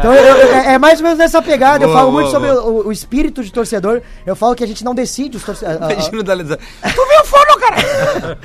Então eu- eu- é, é mais ou menos nessa pegada. eu
Boa,
falo
boa,
muito sobre o, o espírito de torcedor. Eu falo que a gente não decide os torcedores.
Imagina o D'Alessandro. Tu viu o forno, cara?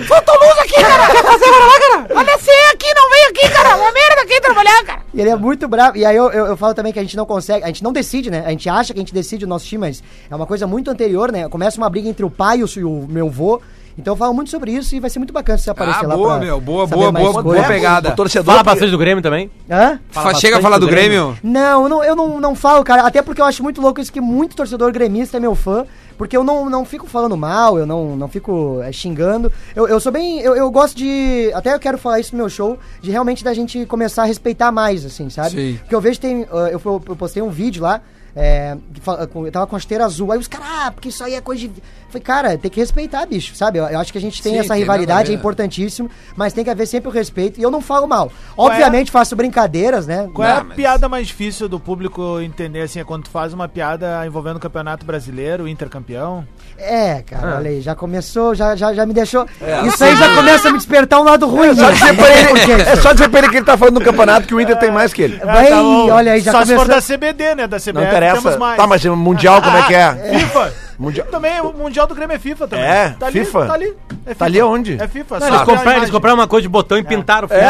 Faltou luz aqui, cara. Quer fazer lá, cara? Olha, você aqui, não veio aqui, cara. Uma merda aqui trabalhar, cara.
E ele é muito bravo. E aí eu, eu, eu falo também que a gente não consegue, a gente não decide, né? A gente acha que a gente decide o nosso time, mas é uma coisa muito anterior, né? Começa uma briga entre o pai e o, su- e o meu vô. Então eu falo muito sobre isso e vai ser muito bacana se você aparecer lá
Ah, boa,
pra
meu, boa,
saber
boa,
mais
boa,
coisas.
boa pegada.
torcedor.
Fala bastante do Grêmio também.
Hã?
Fa- Chega a
bastante
falar do
do Grêmio.
Grêmio.
Não, eu não, eu não, não falo, cara. Até porque eu acho muito louco isso que muito torcedor gremista é meu fã. Porque eu não, não fico falando mal, eu não, não fico eh, xingando. Eu, eu sou bem. Eu, eu gosto de. Até eu quero falar isso no meu show, de realmente da gente começar a respeitar mais, assim, sabe?
Sim.
Porque eu vejo tem. ah, eu, fui- eu postei um vídeo lá. É, que fala- com- eu tava com a esteira azul. Aí os caras, ah, porque isso aí é coisa de. Eu Falei, cara, tem que respeitar, bicho, sabe? Eu, eu acho que a gente tem
Sim,
essa
tem nada a
rivalidade,
ver.
é importantíssimo, mas tem que haver sempre o respeito. E eu não falo mal.
é
Obviamente faço brincadeiras, né?
Ah,
Qual é a
Não, mas-
piada mais difícil do público entender, assim, é quando tu faz uma piada envolvendo o Campeonato Brasileiro, intercampeão?
É, cara,
Ah.
olha aí, já começou, já, já, já me deixou.
É.
Isso aí já começa a me despertar um lado ruim.
Só
né?
dizer pra ele,
Porque-
é só dizer pra ele que ele tá falando do campeonato que o Inter tem mais que ele.
Ah, tá
Vai, olha aí, já
Tá Só
começou.
se for da CBD, né? Da CBF
Não interessa.
temos mais.
Tá, mas o Mundial como é que é?
FIFA.
Mundial.
Também, o Mundial do Grêmio é FIFA também.
É,
tá
FIFA.
Ali, tá ali. É FIFA.
Tá ali aonde?
É FIFA.
Ah,
Não, eles,
só
compraram,
a
eles
imagem.
compraram uma cor de
É.
botão e pintaram o final.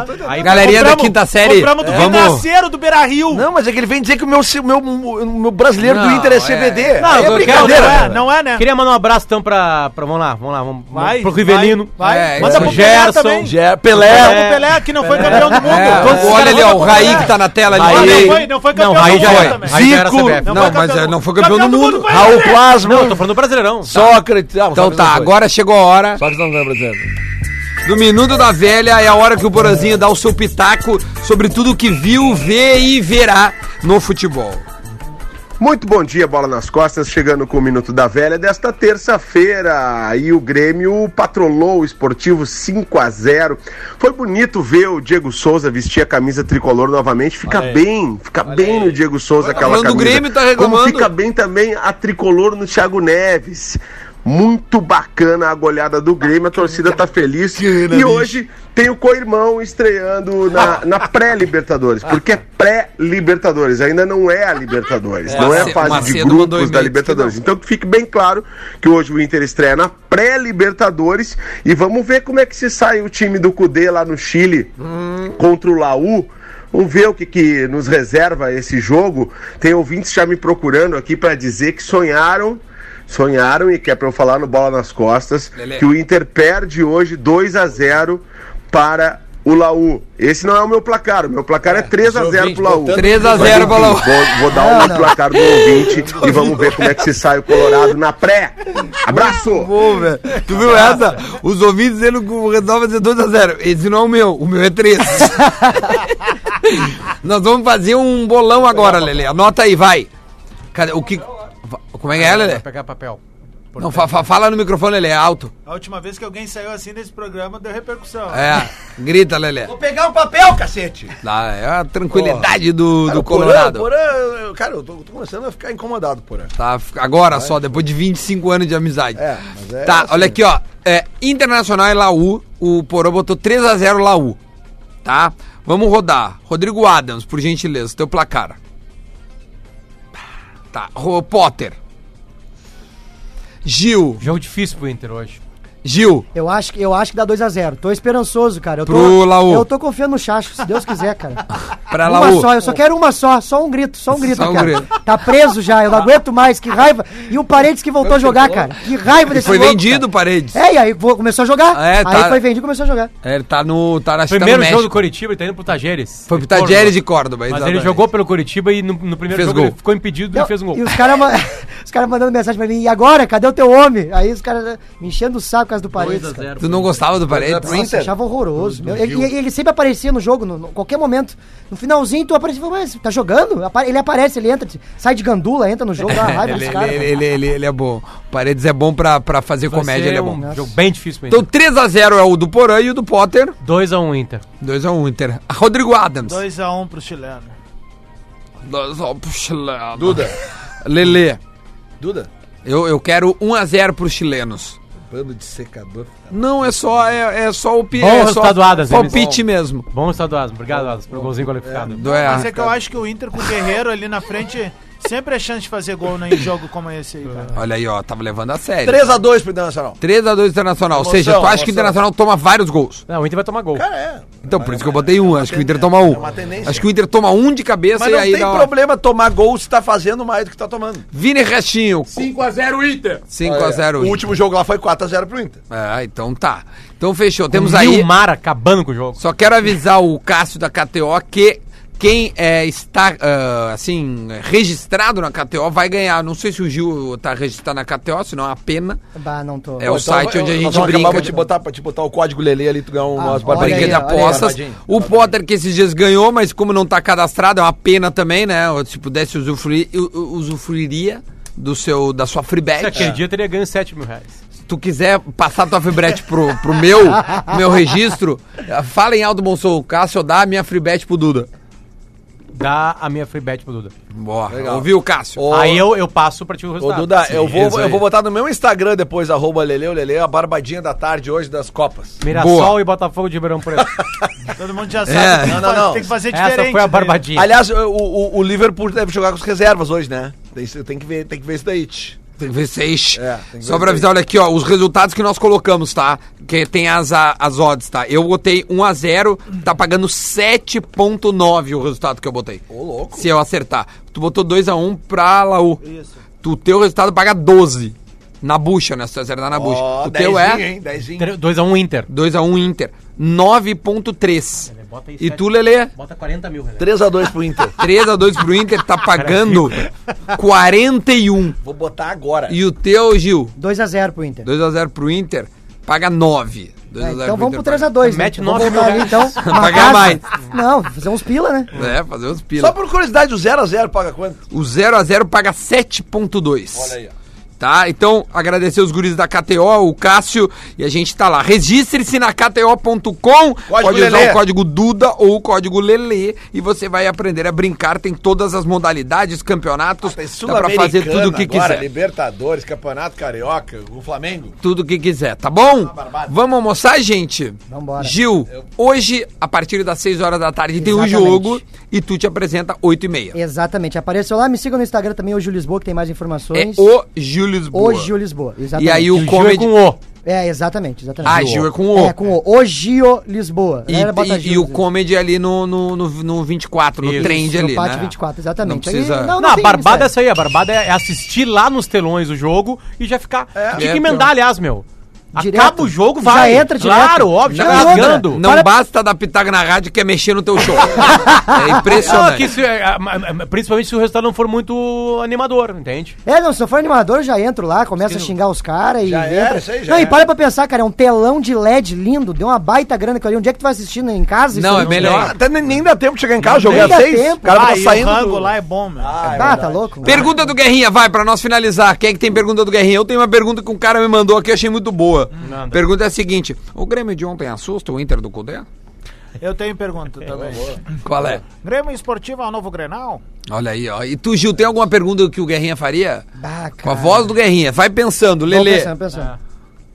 Tá.
Aí
Galerinha da
Compramos-
quinta série. É,
Compramos do
Vamos.
Vingaceiro, do Beira-Rio.
Não, mas é que ele vem dizer que o meu, o meu, o meu brasileiro do
Não,
Inter é
é.
CBD.
Não,
Aí
eu quero-
brincadeira.
não é,
né?
não é, né?
Queria mandar um abraço então pra. pra vamos lá, vamos lá. Vamos,
Vai,
pro Rivelino.
Vai, vai.
É,
Manda
isso.
pro Pelé
Gerson.
também.
Já é Pelé.
Manda pro Pelé, que não foi campeão do mundo.
É,
Todos esses
olha
caras
ali, ó,
mandam
o
pro
Raí
Pelé.
que tá na tela
Ah,
ali.
não,
Aí-
foi, não foi campeão
Não, Raí
do
já
mundo
é.
também.
Aí já era
Zico.
CBF.
Não,
Não,
foi
mas
campeão
é,
do
não
mundo.
foi campeão do
Campeão do
mundo.
mundo foi-
Raul Plasma.
eu tô falando do Brasileirão.
Sócrates. Ah,
Então
Sócrates
tá,
não foi.
agora um chegou a hora
Sócrates não foi brasileiro.
do Minuto da Velha. É a hora que o Borazinho dá o seu pitaco sobre tudo que viu, vê e verá no futebol.
Muito bom dia, Bola nas Costas, chegando com o Minuto da Velha desta terça-feira. E o Grêmio patrolou o esportivo 5 a 0 Foi bonito ver o Diego Souza vestir a camisa tricolor novamente. Fica bem, fica bem no Diego Souza aquela
falando do
camisa.
Grêmio, tá
Como
reclamando.
fica bem também a tricolor no Thiago Neves. Muito bacana a goleada do Grêmio, a torcida tá feliz. E hoje tem o co-irmão estreando na, na pré-Libertadores, porque é pré-Libertadores, ainda não é a Libertadores, não é a
Macedo-
fase de
Macedo mandou
grupos da
e-mail,
Libertadores.
disse
Então que fique bem claro que hoje o Inter estreia na pré-Libertadores e vamos ver como é que se sai o time do Cudê lá no Chile contra o Laú. Vamos ver o que, que nos reserva esse jogo. Tem ouvintes já me procurando aqui para dizer que sonharam, sonharam e que é para eu falar no bola nas costas,
Lelê.
que o Inter perde hoje 2 a 0 para o Laú. Esse não é o meu placar, o meu placar é 3 a 0 pro Laú.
3 a
Mas
0
enfim,
pro Laú.
Vou, vou dar o placar do ouvinte e vamos ver como é que se sai o Colorado na pré. Abraço!
Pô, velho, tu viu essa? Os ouvintes dizendo que o Renato vai ser 2x0. Esse não é o meu, o meu é 3. Nós vamos fazer um bolão agora, Lele. Anota aí, vai. Cadê, o que... Como é que é, Lele?
Vai pegar papel.
Não, fa- fa- fala no microfone, Lele, é alto.
A última vez que alguém saiu assim desse programa deu repercussão.
É, grita, Lele.
Vou pegar um papel, cacete.
Dá, é a tranquilidade do, do
Cara, o Porã-
Colorado.
Porã, eu- cara, eu tô, tô começando a ficar incomodado, Porã.
Tá, agora só, depois de 25 anos de amizade.
É, mas é
tá,
assim,
olha aqui, ó. É, Internacional e Laú. O Porô botou 3x0 Laú. Tá? Vamos rodar. Rodrigo Adams, por gentileza, teu placar. Tá. Ro- Potter. Gil.
Jogo difícil pro Inter hoje.
Gil.
Eu acho, que- eu acho que dá 2x0. Tô esperançoso, cara. Eu tô,
Pro Laú.
Eu tô confiando no Chacho, se Deus quiser, cara.
Pra
uma
Laú.
só, eu só quero uma só. Só um grito, só um grito,
Só um
cara.
grito.
Tá preso já, eu não aguento mais. Que raiva. E o Paredes que voltou a jogar, cara. Que raiva desse
Foi
louco,
vendido, Paredes.
cara. É, e aí vo- começou a jogar.
É,
aí
tá.
foi vendido e começou a jogar.
É, Ele tá no. Tá na acho que tá no
Primeiro jogo do
México.
Curitiba, ele tá indo pro Tajeres.
Foi pro Tajeres de Córdoba,
Mas ele
exatamente.
jogou pelo Curitiba e no, no primeiro
Fez
jogo
gol.
ele ficou impedido
Não,
e fez um gol.
E os caras Os caras mandando mensagem pra mim, e agora? Cadê o teu homem? Aí os caras me enchendo o saco por causa do Paredes. cara.
Tu não gostava do Paredes?
Nossa, eu achava horroroso. meu. Ele, ele- ele sempre aparecia no jogo, no, no- qualquer momento. No finalzinho, tu aparecia e falou, mas tá jogando? Apa- Ele aparece, ele entra, sai de gandula, entra no jogo, dá uma raiva
ele,
dos caras.
ele- ele- ele- ele é bom. O Paredes é bom pra, pra fazer
Vai
comédia,
ser
ele é
um
né?
bom.
jogo bem difícil mesmo.
Então 3x0 é o do Porã e o do Potter.
2x1 Inter.
2x1 Inter. Ah, Rodrigo Adams.
2x1 pro chileno.
2x1 pro chileno.
Duda,
Lele,
Duda,
eu, eu quero 1x0 pros chilenos.
bando de secador.
Não, é só, é, é só o pi,
Bom
é só
resultado, Adams,
palpite mesmo.
Bom resultado do Asma. Obrigado, Asma, pelo golzinho qualificado.
Do- é,
Mas é que eu acho que o Inter com o Guerreiro ali na frente sempre é chance de fazer gol né, em jogo como esse aí, cara.
Olha aí, ó, tava levando a sério.
3x2 pro Internacional.
3x2 Internacional. Ou seja, tu acha que o Internacional toma vários gols.
Não, o Inter vai tomar gol.
é.
Então, por isso que eu botei um. Acho que o Inter toma um.
tendência.
Acho que o Inter toma um de cabeça
Mas
e
não
aí
tem
dá uma...
problema tomar gol se tá fazendo mais do que tá tomando. É,
Vini Restinho.
5x0 Inter.
5x0
O último jogo lá foi 4x0 pro Inter.
Ah, então tá. Então fechou. Temos
E
aí.
o Mara acabando com o jogo.
Só quero avisar o Cássio da KTO que quem é, está, ah, assim, registrado na KTO vai ganhar. Não sei se o Gil tá registrado na KTO, senão é uma pena.
Bah, não tô.
Então,
É o site onde a gente brinca.
Vou te botar, pra te botar o código Lele ali, tu ganha umas
Ah, olha
Brinca
aí,
de
ó, olha aí,
apostas. O Potter que esses dias ganhou, mas como não tá cadastrado, é uma pena também, né? Ou Se pudesse usufruir, u- u- usufruiria do seu, da sua free bet.
Se aquele dia eu teria ganho 7 mil reais.
Se tu quiser passar tua free bet pro, pro meu, pro meu registro, eh, fala em alto bom som. Cássio, dá a minha free bet pro Duda.
Dá a minha free bet pro Duda.
Boa, ouviu, Cássio?
Ô,
Aí eu, eu passo pra ti o
Ô,
resultado.
Duda, eu,
isso
vou, eu
aí.
vou botar no meu Instagram depois, arroba Lele, o Lele, a barbadinha da tarde hoje das Copas.
Mirassol
Boa.
e Botafogo de Ribeirão Preto.
Todo mundo já sabe.
É.
que tem,
Não,
que
não,
fa-
não.
tem que fazer diferente.
Essa foi a
né?
barbadinha.
Aliás, o, o- o Liverpool deve jogar com as reservas hoje, né? Tem, isso- tem que, ver, tem que ver isso daí. tch.
Tem que ver seis.
É, tem que
Só
ver
pra
seis.
avisar, olha aqui, ó, os resultados que nós colocamos, tá? Que tem as, a- as odds, tá? Eu botei 1x0, tá pagando 7.9 o resultado que eu botei.
Ô, louco.
Se eu acertar. Tu botou 2x1 pra Laú.
Isso.
O teu resultado paga 12. Na bucha, né? Se tu acertar na bucha.
Ó,
o teu
dezinho,
é
hein, dezinho.
2x1 Inter.
2x1 Inter. 9.3.
é
E tu, Lelê?
Bota 40 mil, reais.
3x2 pro Inter.
3x2 pro Inter, tá pagando 41.
Vou botar agora.
E o teu, Gil?
2x0 pro Inter.
2x0 pro Inter, paga 9. 2
É,
a 0
então
pro
vamos pro
Inter,
3x2. Né?
Mete
Então vamos
nove
voltar
mil
ali, então. uma
Pagar
casa.
mais.
Não, fazer uns pila, né?
paga. É, fazer uns pila.
Só por curiosidade, o 0x0 paga quanto?
O 0x0 paga 7.2.
Olha aí, ó.
Tá? Então, agradecer os guris da KTO, o Cássio, e a gente tá lá. Registre-se na KTO.com, pode usar
Lelê.
o código Duda ou o código Lelê, e você vai aprender a brincar. Tem todas as modalidades, campeonatos, dá pra fazer tudo o que quiser.
Libertadores, Campeonato Carioca, o Flamengo.
tudo que quiser, tá bom?
barbada.
Vamos almoçar, gente?
Vambora.
Gil, hoje, a partir das 6 horas da tarde,
Exatamente.
tem um jogo e tu te apresenta 8 e meia.
Exatamente. Apareceu lá, me sigam no Instagram também, o Gil Lisboa, que tem mais
É
informações.
o Gil Lisboa.
O Gil Lisboa. Exatamente.
E aí o
Gil
comedy...
é com O.
É, exatamente, exatamente.
Ah, Gil é com O.
É, com o. O Gio Lisboa.
E,
Galera, bota
e-
Gil,
e o
né?
comedy ali no, no, no, no 24, no
Isso.
trend
No
ali,
Pátio
né?
24, exatamente.
Não precisa-
Aí,
Não,
Não, a barbada é
mistério.
essa aí. A barbada é é assistir lá nos telões o jogo e já ficar. Tinha
É,
que emendar,
pô.
aliás, meu.
Direto.
Acaba o jogo,
Já
vai.
entra direto.
Claro, óbvio, já
Não, outra.
rasgando.
Não
Para-
basta dar pitaco na rádio que é mexer no teu show. é
Não, é
impressionante.
que se- é, a- a- a- principalmente se o resultado não for muito animador, entende?
É, não, se eu for animador, eu já entro lá, começo a xingar os caras e.
Já
entra.
era, isso aí já
não, e
era.
para pra pensar, cara, é um telão de LED lindo, deu uma baita grana que eu li. Onde é que tu vai assistindo? Em casa? Isso
Não,
aí?
é melhor.
Até nem, nem dá tempo de chegar em casa, jogar
nem dá
às 6.
tempo.
O cara
Ah,
tá
e
saindo.
o rango
do-
lá é bom, meu.
Ah, é
Ah, tá
verdade.
louco?
Pergunta do Guerrinha, vai, pra nós finalizar. Quem é que tem pergunta do Guerrinha? Eu tenho uma pergunta que um cara me mandou aqui, eu achei muito boa. pergunta é a seguinte: O Grêmio de ontem assusta o Inter do Cudê?
Eu tenho pergunta também.
Qual é?
Grêmio Esportivo é o novo Grenal?
Olha aí, ó. E tu, Gil, tem alguma pergunta que o Guerrinha faria?
Ah, cara.
Com a voz do Guerrinha. Vai pensando,
Tô
Lelê.
pensando, pensando.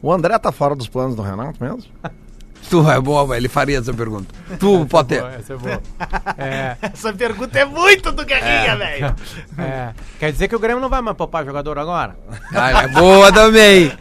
O André tá fora dos planos do Renato mesmo?
Tu é boa, vai, ele faria essa pergunta. Tu, Potter.
Essa é boa. É,
Essa pergunta é muito do Guerrinha, velho.
é. Quer dizer que o Grêmio não vai mais poupar jogador agora?
Ah, é boa também.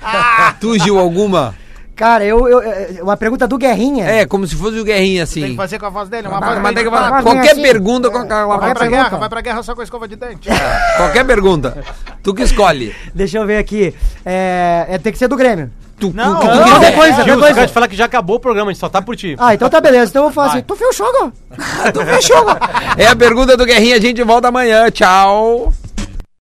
tu, Gil, alguma?
Cara, eu, eu- eu- Uma pergunta do Guerrinha.
É, como se fosse o Guerrinha, assim.
Tem que fazer com a voz dele. Uma
Ah,
voz
mas
bem
tem que
imitada.
falar.
Uma
Qualquer
vozinha
pergunta, com aquela
Vai
voz.
pra
pergunta.
guerra, vai pra guerra só com a escova de dente. É.
Qualquer pergunta. Tu que escolhe.
Deixa eu ver aqui. É, é, tem que ser do Grêmio.
Tu,
Não,
tu- tu-
não,
tu-
depois,
Gil,
depois.
eu quero te falar que já acabou o programa, a gente só tá por ti.
Ah, então tá beleza. Então eu vou falar
Vai.
assim: tu viu o jogo? tu viu o jogo?
É a pergunta do Guerrinha, a gente volta amanhã. Tchau.